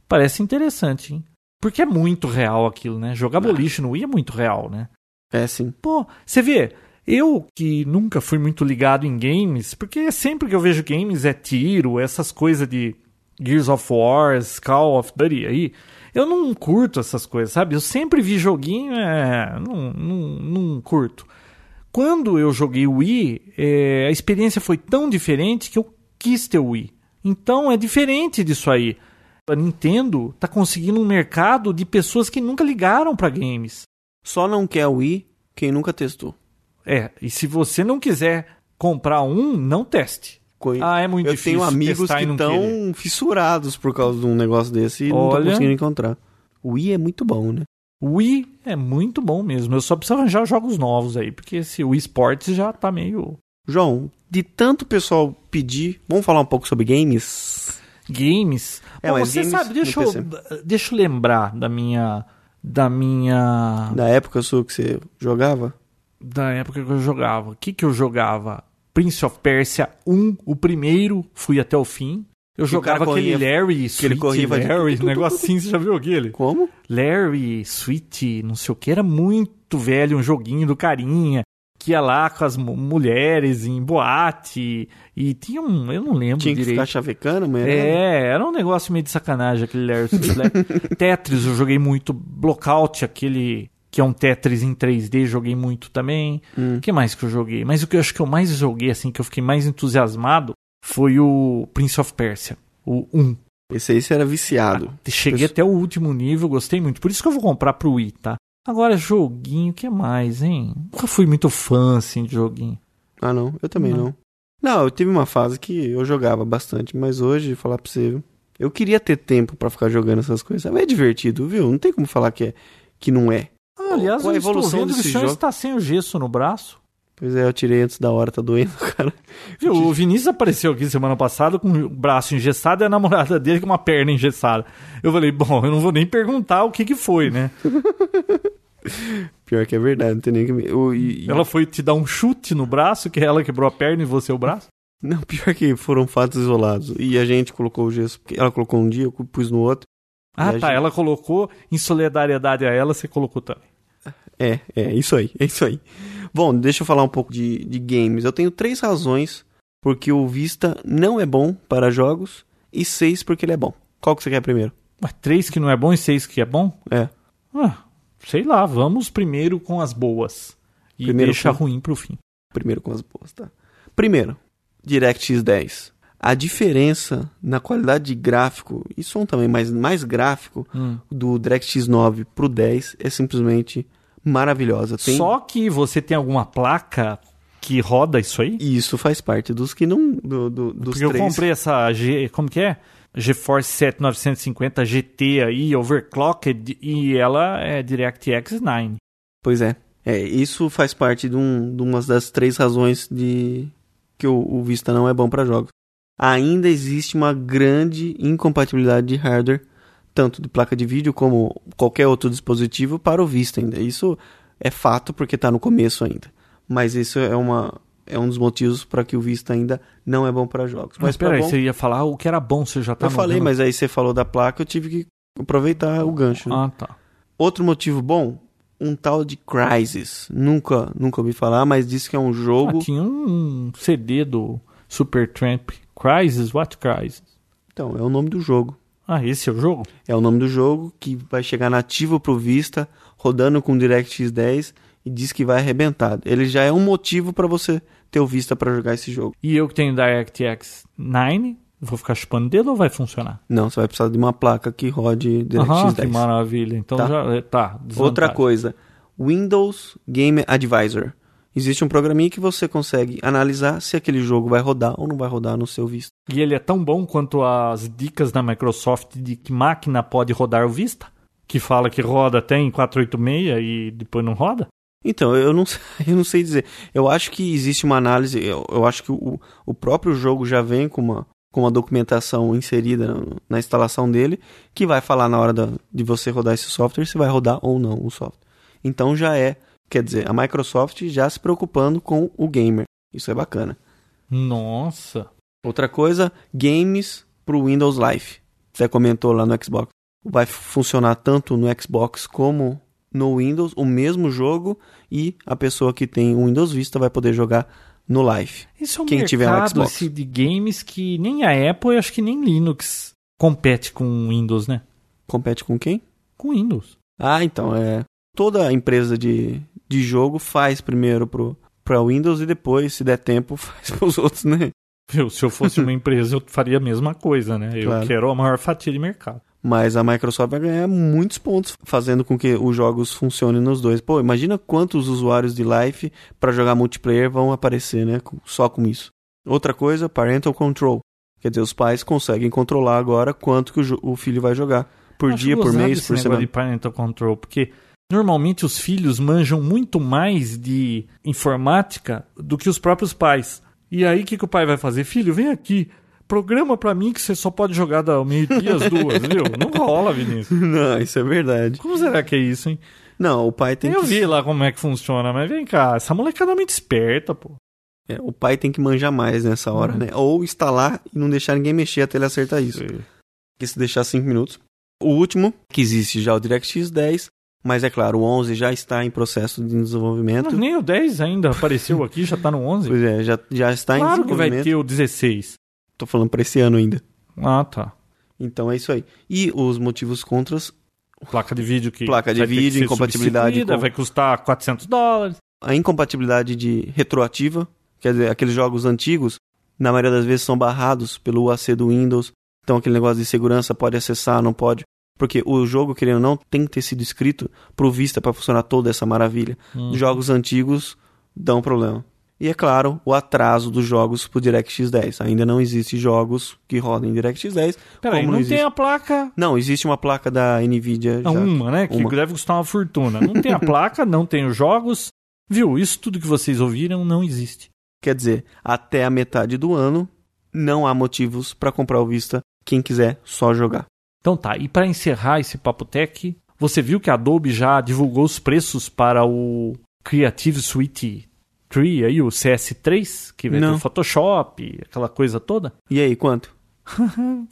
C: Parece interessante, hein? Porque é muito real aquilo, né? Jogar boliche no Wii é muito real, né?
A: É sim.
C: Pô, você vê, eu que nunca fui muito ligado em games, porque é sempre que eu vejo games é tiro, essas coisas de Gears of War, Call of Duty aí. Eu não curto essas coisas, sabe? Eu sempre vi joguinho, é, não, não, não curto. Quando eu joguei o Wii, é, a experiência foi tão diferente que eu quis ter o Wii. Então é diferente disso aí. A Nintendo tá conseguindo um mercado de pessoas que nunca ligaram pra games.
A: Só não quer o Wii quem nunca testou.
C: É, e se você não quiser comprar um, não teste.
A: Coi-
C: Ah, é muito
A: eu
C: difícil.
A: tenho amigos
C: testar
A: que
C: e não querer.
A: estão fissurados por causa de um negócio desse e não estão
C: Olha.
A: conseguindo encontrar. O Wii é muito bom, né?
C: O Wii é muito bom mesmo. Eu só preciso arranjar jogos novos aí, porque esse Wii Sports já tá meio.
A: João, de tanto pessoal pedir, vamos falar um pouco sobre games?
C: Games.
A: É,
C: Bom,
A: mas
C: você
A: games
C: sabe, deixa
A: no
C: eu, deixa eu lembrar da minha. Da minha.
A: Da época sua que você jogava?
C: Da época que eu jogava. O que, que eu jogava? Prince of Persia 1, o primeiro, fui até o fim. Eu
A: o cara
C: jogava aquele
A: corria-
C: Larry, Sweet
A: corria e vai de-
C: Larry, negócio assim, você já viu aquele?
A: Como?
C: Larry, Sweet, não sei o que, era muito velho, um joguinho do carinha, que ia lá com as mu- mulheres em boate, e tinha um, eu não lembro
A: Tinha que
C: direito.
A: ficar chavecando, mas era-
C: É, era um negócio meio de sacanagem aquele Larry Sweet. Larry. Tetris eu joguei muito, Blockout, aquele que é um Tetris em 3D, joguei muito também.
A: Hum.
C: O que mais que eu joguei? Mas o que eu acho que eu mais joguei, assim, que eu fiquei mais entusiasmado, foi o Prince of Persia, o 1.
A: Esse aí você era viciado.
C: Cheguei
A: Pessoa-
C: até o último nível, gostei muito. Por isso que eu vou comprar pro Wii, tá? Agora, joguinho, o que mais, hein? Nunca fui muito fã, assim, de joguinho.
A: Ah, não, eu também não.
C: Não.
A: não. eu tive uma fase que eu jogava bastante, mas hoje, falar pra você, viu? eu queria ter tempo pra ficar jogando essas coisas. É divertido, viu? Não tem como falar que, é, que não é.
C: Ah, aliás,
A: Qual a
C: eu estou
A: evolução
C: vendo que o
A: desse
C: senhor
A: jogo?
C: está sem o gesso no braço.
A: Pois é, eu tirei antes da hora, tá doendo, cara.
C: Viu, o Vinícius apareceu aqui semana passada com o braço engessado e a namorada dele com uma perna engessada. Eu falei, bom, eu não vou nem perguntar o que que foi, né?
A: Pior que é verdade, não tem nem que... me- Eu, e- e-
C: Ela foi te dar um chute no braço, que é ela quebrou a perna e você o braço?
A: Não, pior que foram fatos isolados. E a gente colocou o gesso, porque ela colocou um dia, eu pus no outro.
C: Ah,
A: E a
C: tá,
A: gente-
C: ela colocou em solidariedade a ela, você colocou também.
A: É, é isso aí, é isso aí. Bom, deixa eu falar um pouco de, de games. Eu tenho três razões porque o Vista não é bom para jogos e seis porque ele é bom. Qual que você quer primeiro?
C: Mas três que não é bom e seis que é bom?
A: É.
C: Ah, sei lá, vamos primeiro com as boas. E
A: Primeiro
C: deixa
A: com-
C: ruim pro fim.
A: Primeiro com as boas, tá? Primeiro, DirectX 10. A diferença na qualidade de gráfico e Hum. som também, mas mais gráfico do DirectX 9 pro 10 é simplesmente maravilhosa. Tem...
C: Só que você tem alguma placa que roda isso aí?
A: E isso faz parte dos que não. Do, do- dos
C: Porque eu
A: três.
C: comprei essa G, como que é? GeForce 7950 GT aí, overclocked, e ela é DirectX 9.
A: Pois é. É, isso faz parte de, um, de uma das três razões de que o, o Vista não é bom para jogos. Ainda existe uma grande incompatibilidade de hardware, tanto de placa de vídeo como qualquer outro dispositivo, para o Vista ainda. Isso é fato porque está no começo ainda. Mas isso é, uma, é um dos motivos para que o Vista ainda não é bom para jogos.
C: Mas
A: Mas tá
C: peraí,
A: bom.
C: você ia falar o que era bom, você já tá
A: Eu falei,
C: mandando.
A: mas aí você falou da placa, eu tive que aproveitar o gancho. né?
C: Ah, tá.
A: Outro motivo bom, um tal de Crysis. Nunca, nunca ouvi falar, mas diz que é um jogo.
C: Ah, tinha um CD do Supertramp. Crisis? What Crisis?
A: Então, é o nome do jogo.
C: Ah, esse é o jogo?
A: É o nome do jogo que vai chegar nativo pro Vista, rodando com DirectX 10 e diz que vai arrebentar. Ele já é um motivo para você ter o Vista para jogar esse jogo.
C: E eu que tenho DirectX 9, vou ficar chupando dedo ou vai funcionar?
A: Não, você vai precisar de uma placa que rode DirectX
C: Aham, que
A: 10.
C: maravilha. Então
A: Tá.
C: já é, tá.
A: Outra
C: desvantagem.
A: coisa, Windows Game Advisor. Existe um programinha que você consegue analisar se aquele jogo vai rodar ou não vai rodar no seu Vista.
C: E ele é tão bom quanto as dicas da Microsoft de que máquina pode rodar o Vista? Que fala que roda até em 486 e depois não roda?
A: Então, eu não, sei- eu não sei dizer. Eu acho que existe uma análise, eu, eu acho que o, o próprio jogo já vem com uma, com uma documentação inserida na, na instalação dele, que vai falar na hora da- de você rodar esse software se vai rodar ou não o software. Então já é, quer dizer, a Microsoft já se preocupando com o gamer. Isso é bacana.
C: Nossa.
A: Outra coisa, games para o Windows Live. Você comentou lá no Xbox. Vai funcionar tanto no Xbox como no Windows, o mesmo jogo, e a pessoa que tem o Windows Vista vai poder jogar no Live.
C: Isso é um
A: Quem
C: mercado
A: tiver um Xbox.
C: esse de games que nem a Apple e acho que nem Linux compete com o Windows, né?
A: Compete com quem?
C: Com o Windows.
A: Ah, então, é. Toda empresa de, de jogo faz primeiro pro, pra Windows e depois, se der tempo, faz pros outros, né?
C: Eu, se eu fosse uma empresa, eu faria a mesma coisa, né? Eu
A: Claro.
C: quero a maior fatia de mercado.
A: Mas a Microsoft vai ganhar muitos pontos fazendo com que os jogos funcionem nos dois. Pô, imagina quantos usuários de Life para jogar multiplayer vão aparecer, né? com- Só com isso. Outra coisa, parental control. Quer dizer, os pais conseguem controlar agora quanto que o, jo- o filho vai jogar. Por
C: Acho
A: dia, por
C: gozado
A: mês,
C: esse
A: por
C: negócio
A: semana.
C: de parental control, porque normalmente os filhos manjam muito mais de informática do que os próprios pais. E aí o que, que o pai vai fazer? Filho, vem aqui. Programa pra mim que você só pode jogar da meio-dia às duas, viu? Não rola, Vinícius.
A: Não, isso é verdade.
C: Como será que é isso, hein?
A: Não, o pai tem
C: Eu
A: que.
C: vi lá como é que funciona, mas vem cá, essa molecada é muito esperta, pô.
A: É, o pai tem que manjar mais nessa hora, né? Ou instalar e não deixar ninguém mexer até ele acertar isso. que se deixar 5 minutos. O último, que existe já o DirectX 10, mas é claro, o 11 já está em processo de
C: Não,
A: desenvolvimento.
C: nem o 10 ainda apareceu aqui, já tá no 11.
A: Pois é, já, já está em
C: Claro que vai
A: desenvolvimento.
C: ter o 16.
A: Tô falando para esse ano ainda.
C: Ah, tá.
A: Então é isso aí. E os motivos contras,
C: Placa de vídeo que
A: Placa de
C: vai ter que
A: vídeo,
C: ser
A: incompatibilidade
C: substituída,
A: com-
C: vai custar 400 dólares.
A: a incompatibilidade de retroativa, quer dizer, aqueles jogos antigos, na maioria das vezes são barrados pelo UAC do Windows. Então aquele negócio de segurança pode acessar, não pode. Porque o jogo, querendo ou não, tem que ter sido escrito pro Vista para funcionar toda essa maravilha.
C: Uhum.
A: jogos antigos dão problema. E é claro, o atraso dos jogos pro DirectX 10. Ainda não existe jogos que rodem DirectX 10.
C: Peraí,
A: como
C: não
A: existe...
C: tem a placa.
A: Não, existe uma placa da Nvidia
C: Ah,
A: já.
C: uma, né? Que
A: Uma.
C: deve custar uma fortuna. Não tem a placa, não tem os jogos. Viu? Isso tudo que vocês ouviram não existe.
A: Quer dizer, até a metade do ano não há motivos para comprar o Vista. Quem quiser, só jogar.
C: Então tá, e para encerrar esse Papo Tech, você viu que a Adobe já divulgou os preços para o Creative Suite 3 aí, o CS3, que vem
A: Não.
C: do Photoshop, aquela coisa toda?
A: E aí, quanto?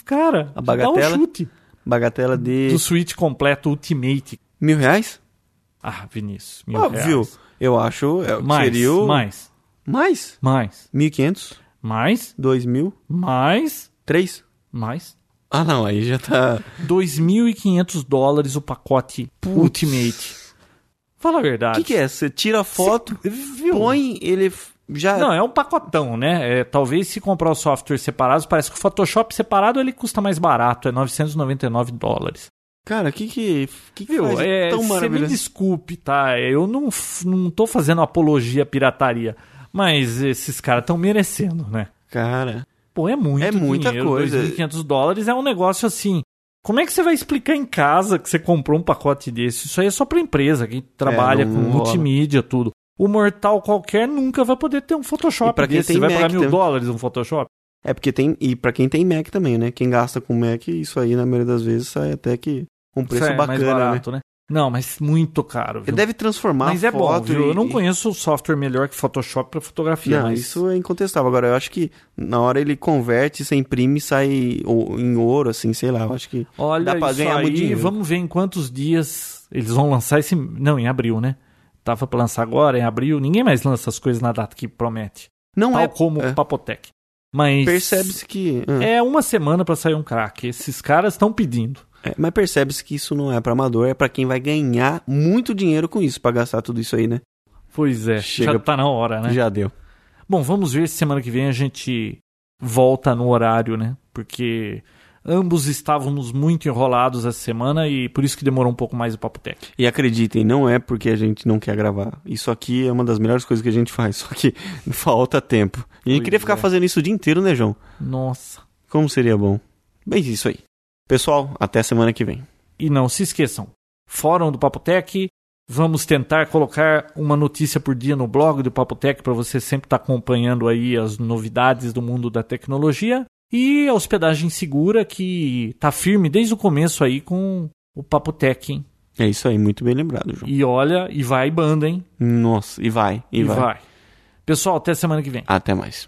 C: Cara, dá
A: A
C: um
A: bagatela?
C: chute
A: Bagatela de
C: do Suite completo Ultimate.
A: mil reais?
C: Ah, Vinícius, mil
A: Óbvio.
C: reais.
A: Eu acho. É,
C: Mais,
A: seria o...
C: mais,
A: Mais?
C: mais,
A: 1.500?
C: mais,
A: 2.000?
C: mais,
A: 3?
C: mais.
A: Ah, não. Aí já tá...
C: 2.500 dólares o pacote Ultimate. Fala a
A: O
C: verdade.
A: que, que é? Você tira a foto, põe, ele f- já.
C: Não, é um pacotão, né? É, talvez se comprar os softwares separados, parece que o Photoshop separado ele custa mais barato, é 999 dólares.
A: Cara, o que que, que, que
C: Viu?
A: faz
C: É,
A: tão
C: você me
A: maravilhoso?
C: desculpe, tá? Eu não, f- não tô fazendo apologia à pirataria, mas esses caras estão merecendo, né?
A: Cara,
C: Pô, é muito
A: É muita
C: dinheiro,
A: coisa.
C: 2.500 dólares é um negócio assim. Como é que você vai explicar em casa que você comprou um pacote desse? Isso aí é só pra empresa, que trabalha
A: É, não
C: com
A: rola.
C: multimídia, tudo. O mortal qualquer nunca vai poder ter um Photoshop
A: E pra quem
C: desse.
A: tem
C: Você vai
A: Mac né?
C: pagar mil
A: também.
C: dólares um Photoshop?
A: é porque tem. E pra quem tem Mac também, né? Quem gasta com Mac, isso aí na maioria das vezes sai até que um preço
C: Isso é mais
A: bacana, né?
C: barato, né? Não, mas muito caro.
A: Ele
C: viu?
A: deve transformar
C: Mas
A: a
C: é bom,
A: foto
C: viu?
A: e-
C: Eu não
A: e-
C: conheço software melhor que Photoshop pra fotografia,
A: Não,
C: mas
A: isso é incontestável. Agora, eu acho que na hora ele converte, você imprime e sai ou- em ouro, assim, sei lá. Eu acho que
C: olha
A: dá pra
C: isso
A: ganhar
C: aí,
A: muito dinheiro.
C: vamos ver em quantos dias eles vão lançar esse... Não, em abril, né? Tava pra lançar agora, em abril. Ninguém mais lança as coisas na data que promete.
A: não
C: tal
A: é.
C: como o Papotec. Mas
A: Percebe-se que. ah,
C: é uma semana pra sair um craque. Esses caras estão pedindo.
A: é, mas percebe-se que isso não é pra amador, é pra quem vai ganhar muito dinheiro com isso, pra gastar tudo isso aí, né?
C: Pois é,
A: Chega-
C: já tá na hora, né?
A: Já deu.
C: Bom, vamos ver se semana que vem a gente volta no horário, né? Porque ambos estávamos muito enrolados essa semana e por isso que demorou um pouco mais o Papo Tech.
A: E acreditem, não é porque a gente não quer gravar. Isso aqui é uma das melhores coisas que a gente faz, só que falta tempo. E a gente
C: Pois
A: queria ficar
C: é.
A: fazendo isso o dia inteiro, né, João?
C: Nossa.
A: Como seria bom? Bem, é isso aí. Pessoal, até semana que vem.
C: E não se esqueçam, fórum do Papo Tech, vamos tentar colocar uma notícia por dia no blog do Papo Tech para você sempre estar acompanhando aí as novidades do mundo da tecnologia. E a hospedagem segura que tá firme desde o começo aí com o Papo Tech, hein?
A: É isso aí, muito bem lembrado, João.
C: E olha, e vai banda, hein?
A: Nossa, e vai, e, vai.
C: Pessoal, até semana que vem.
A: Até mais.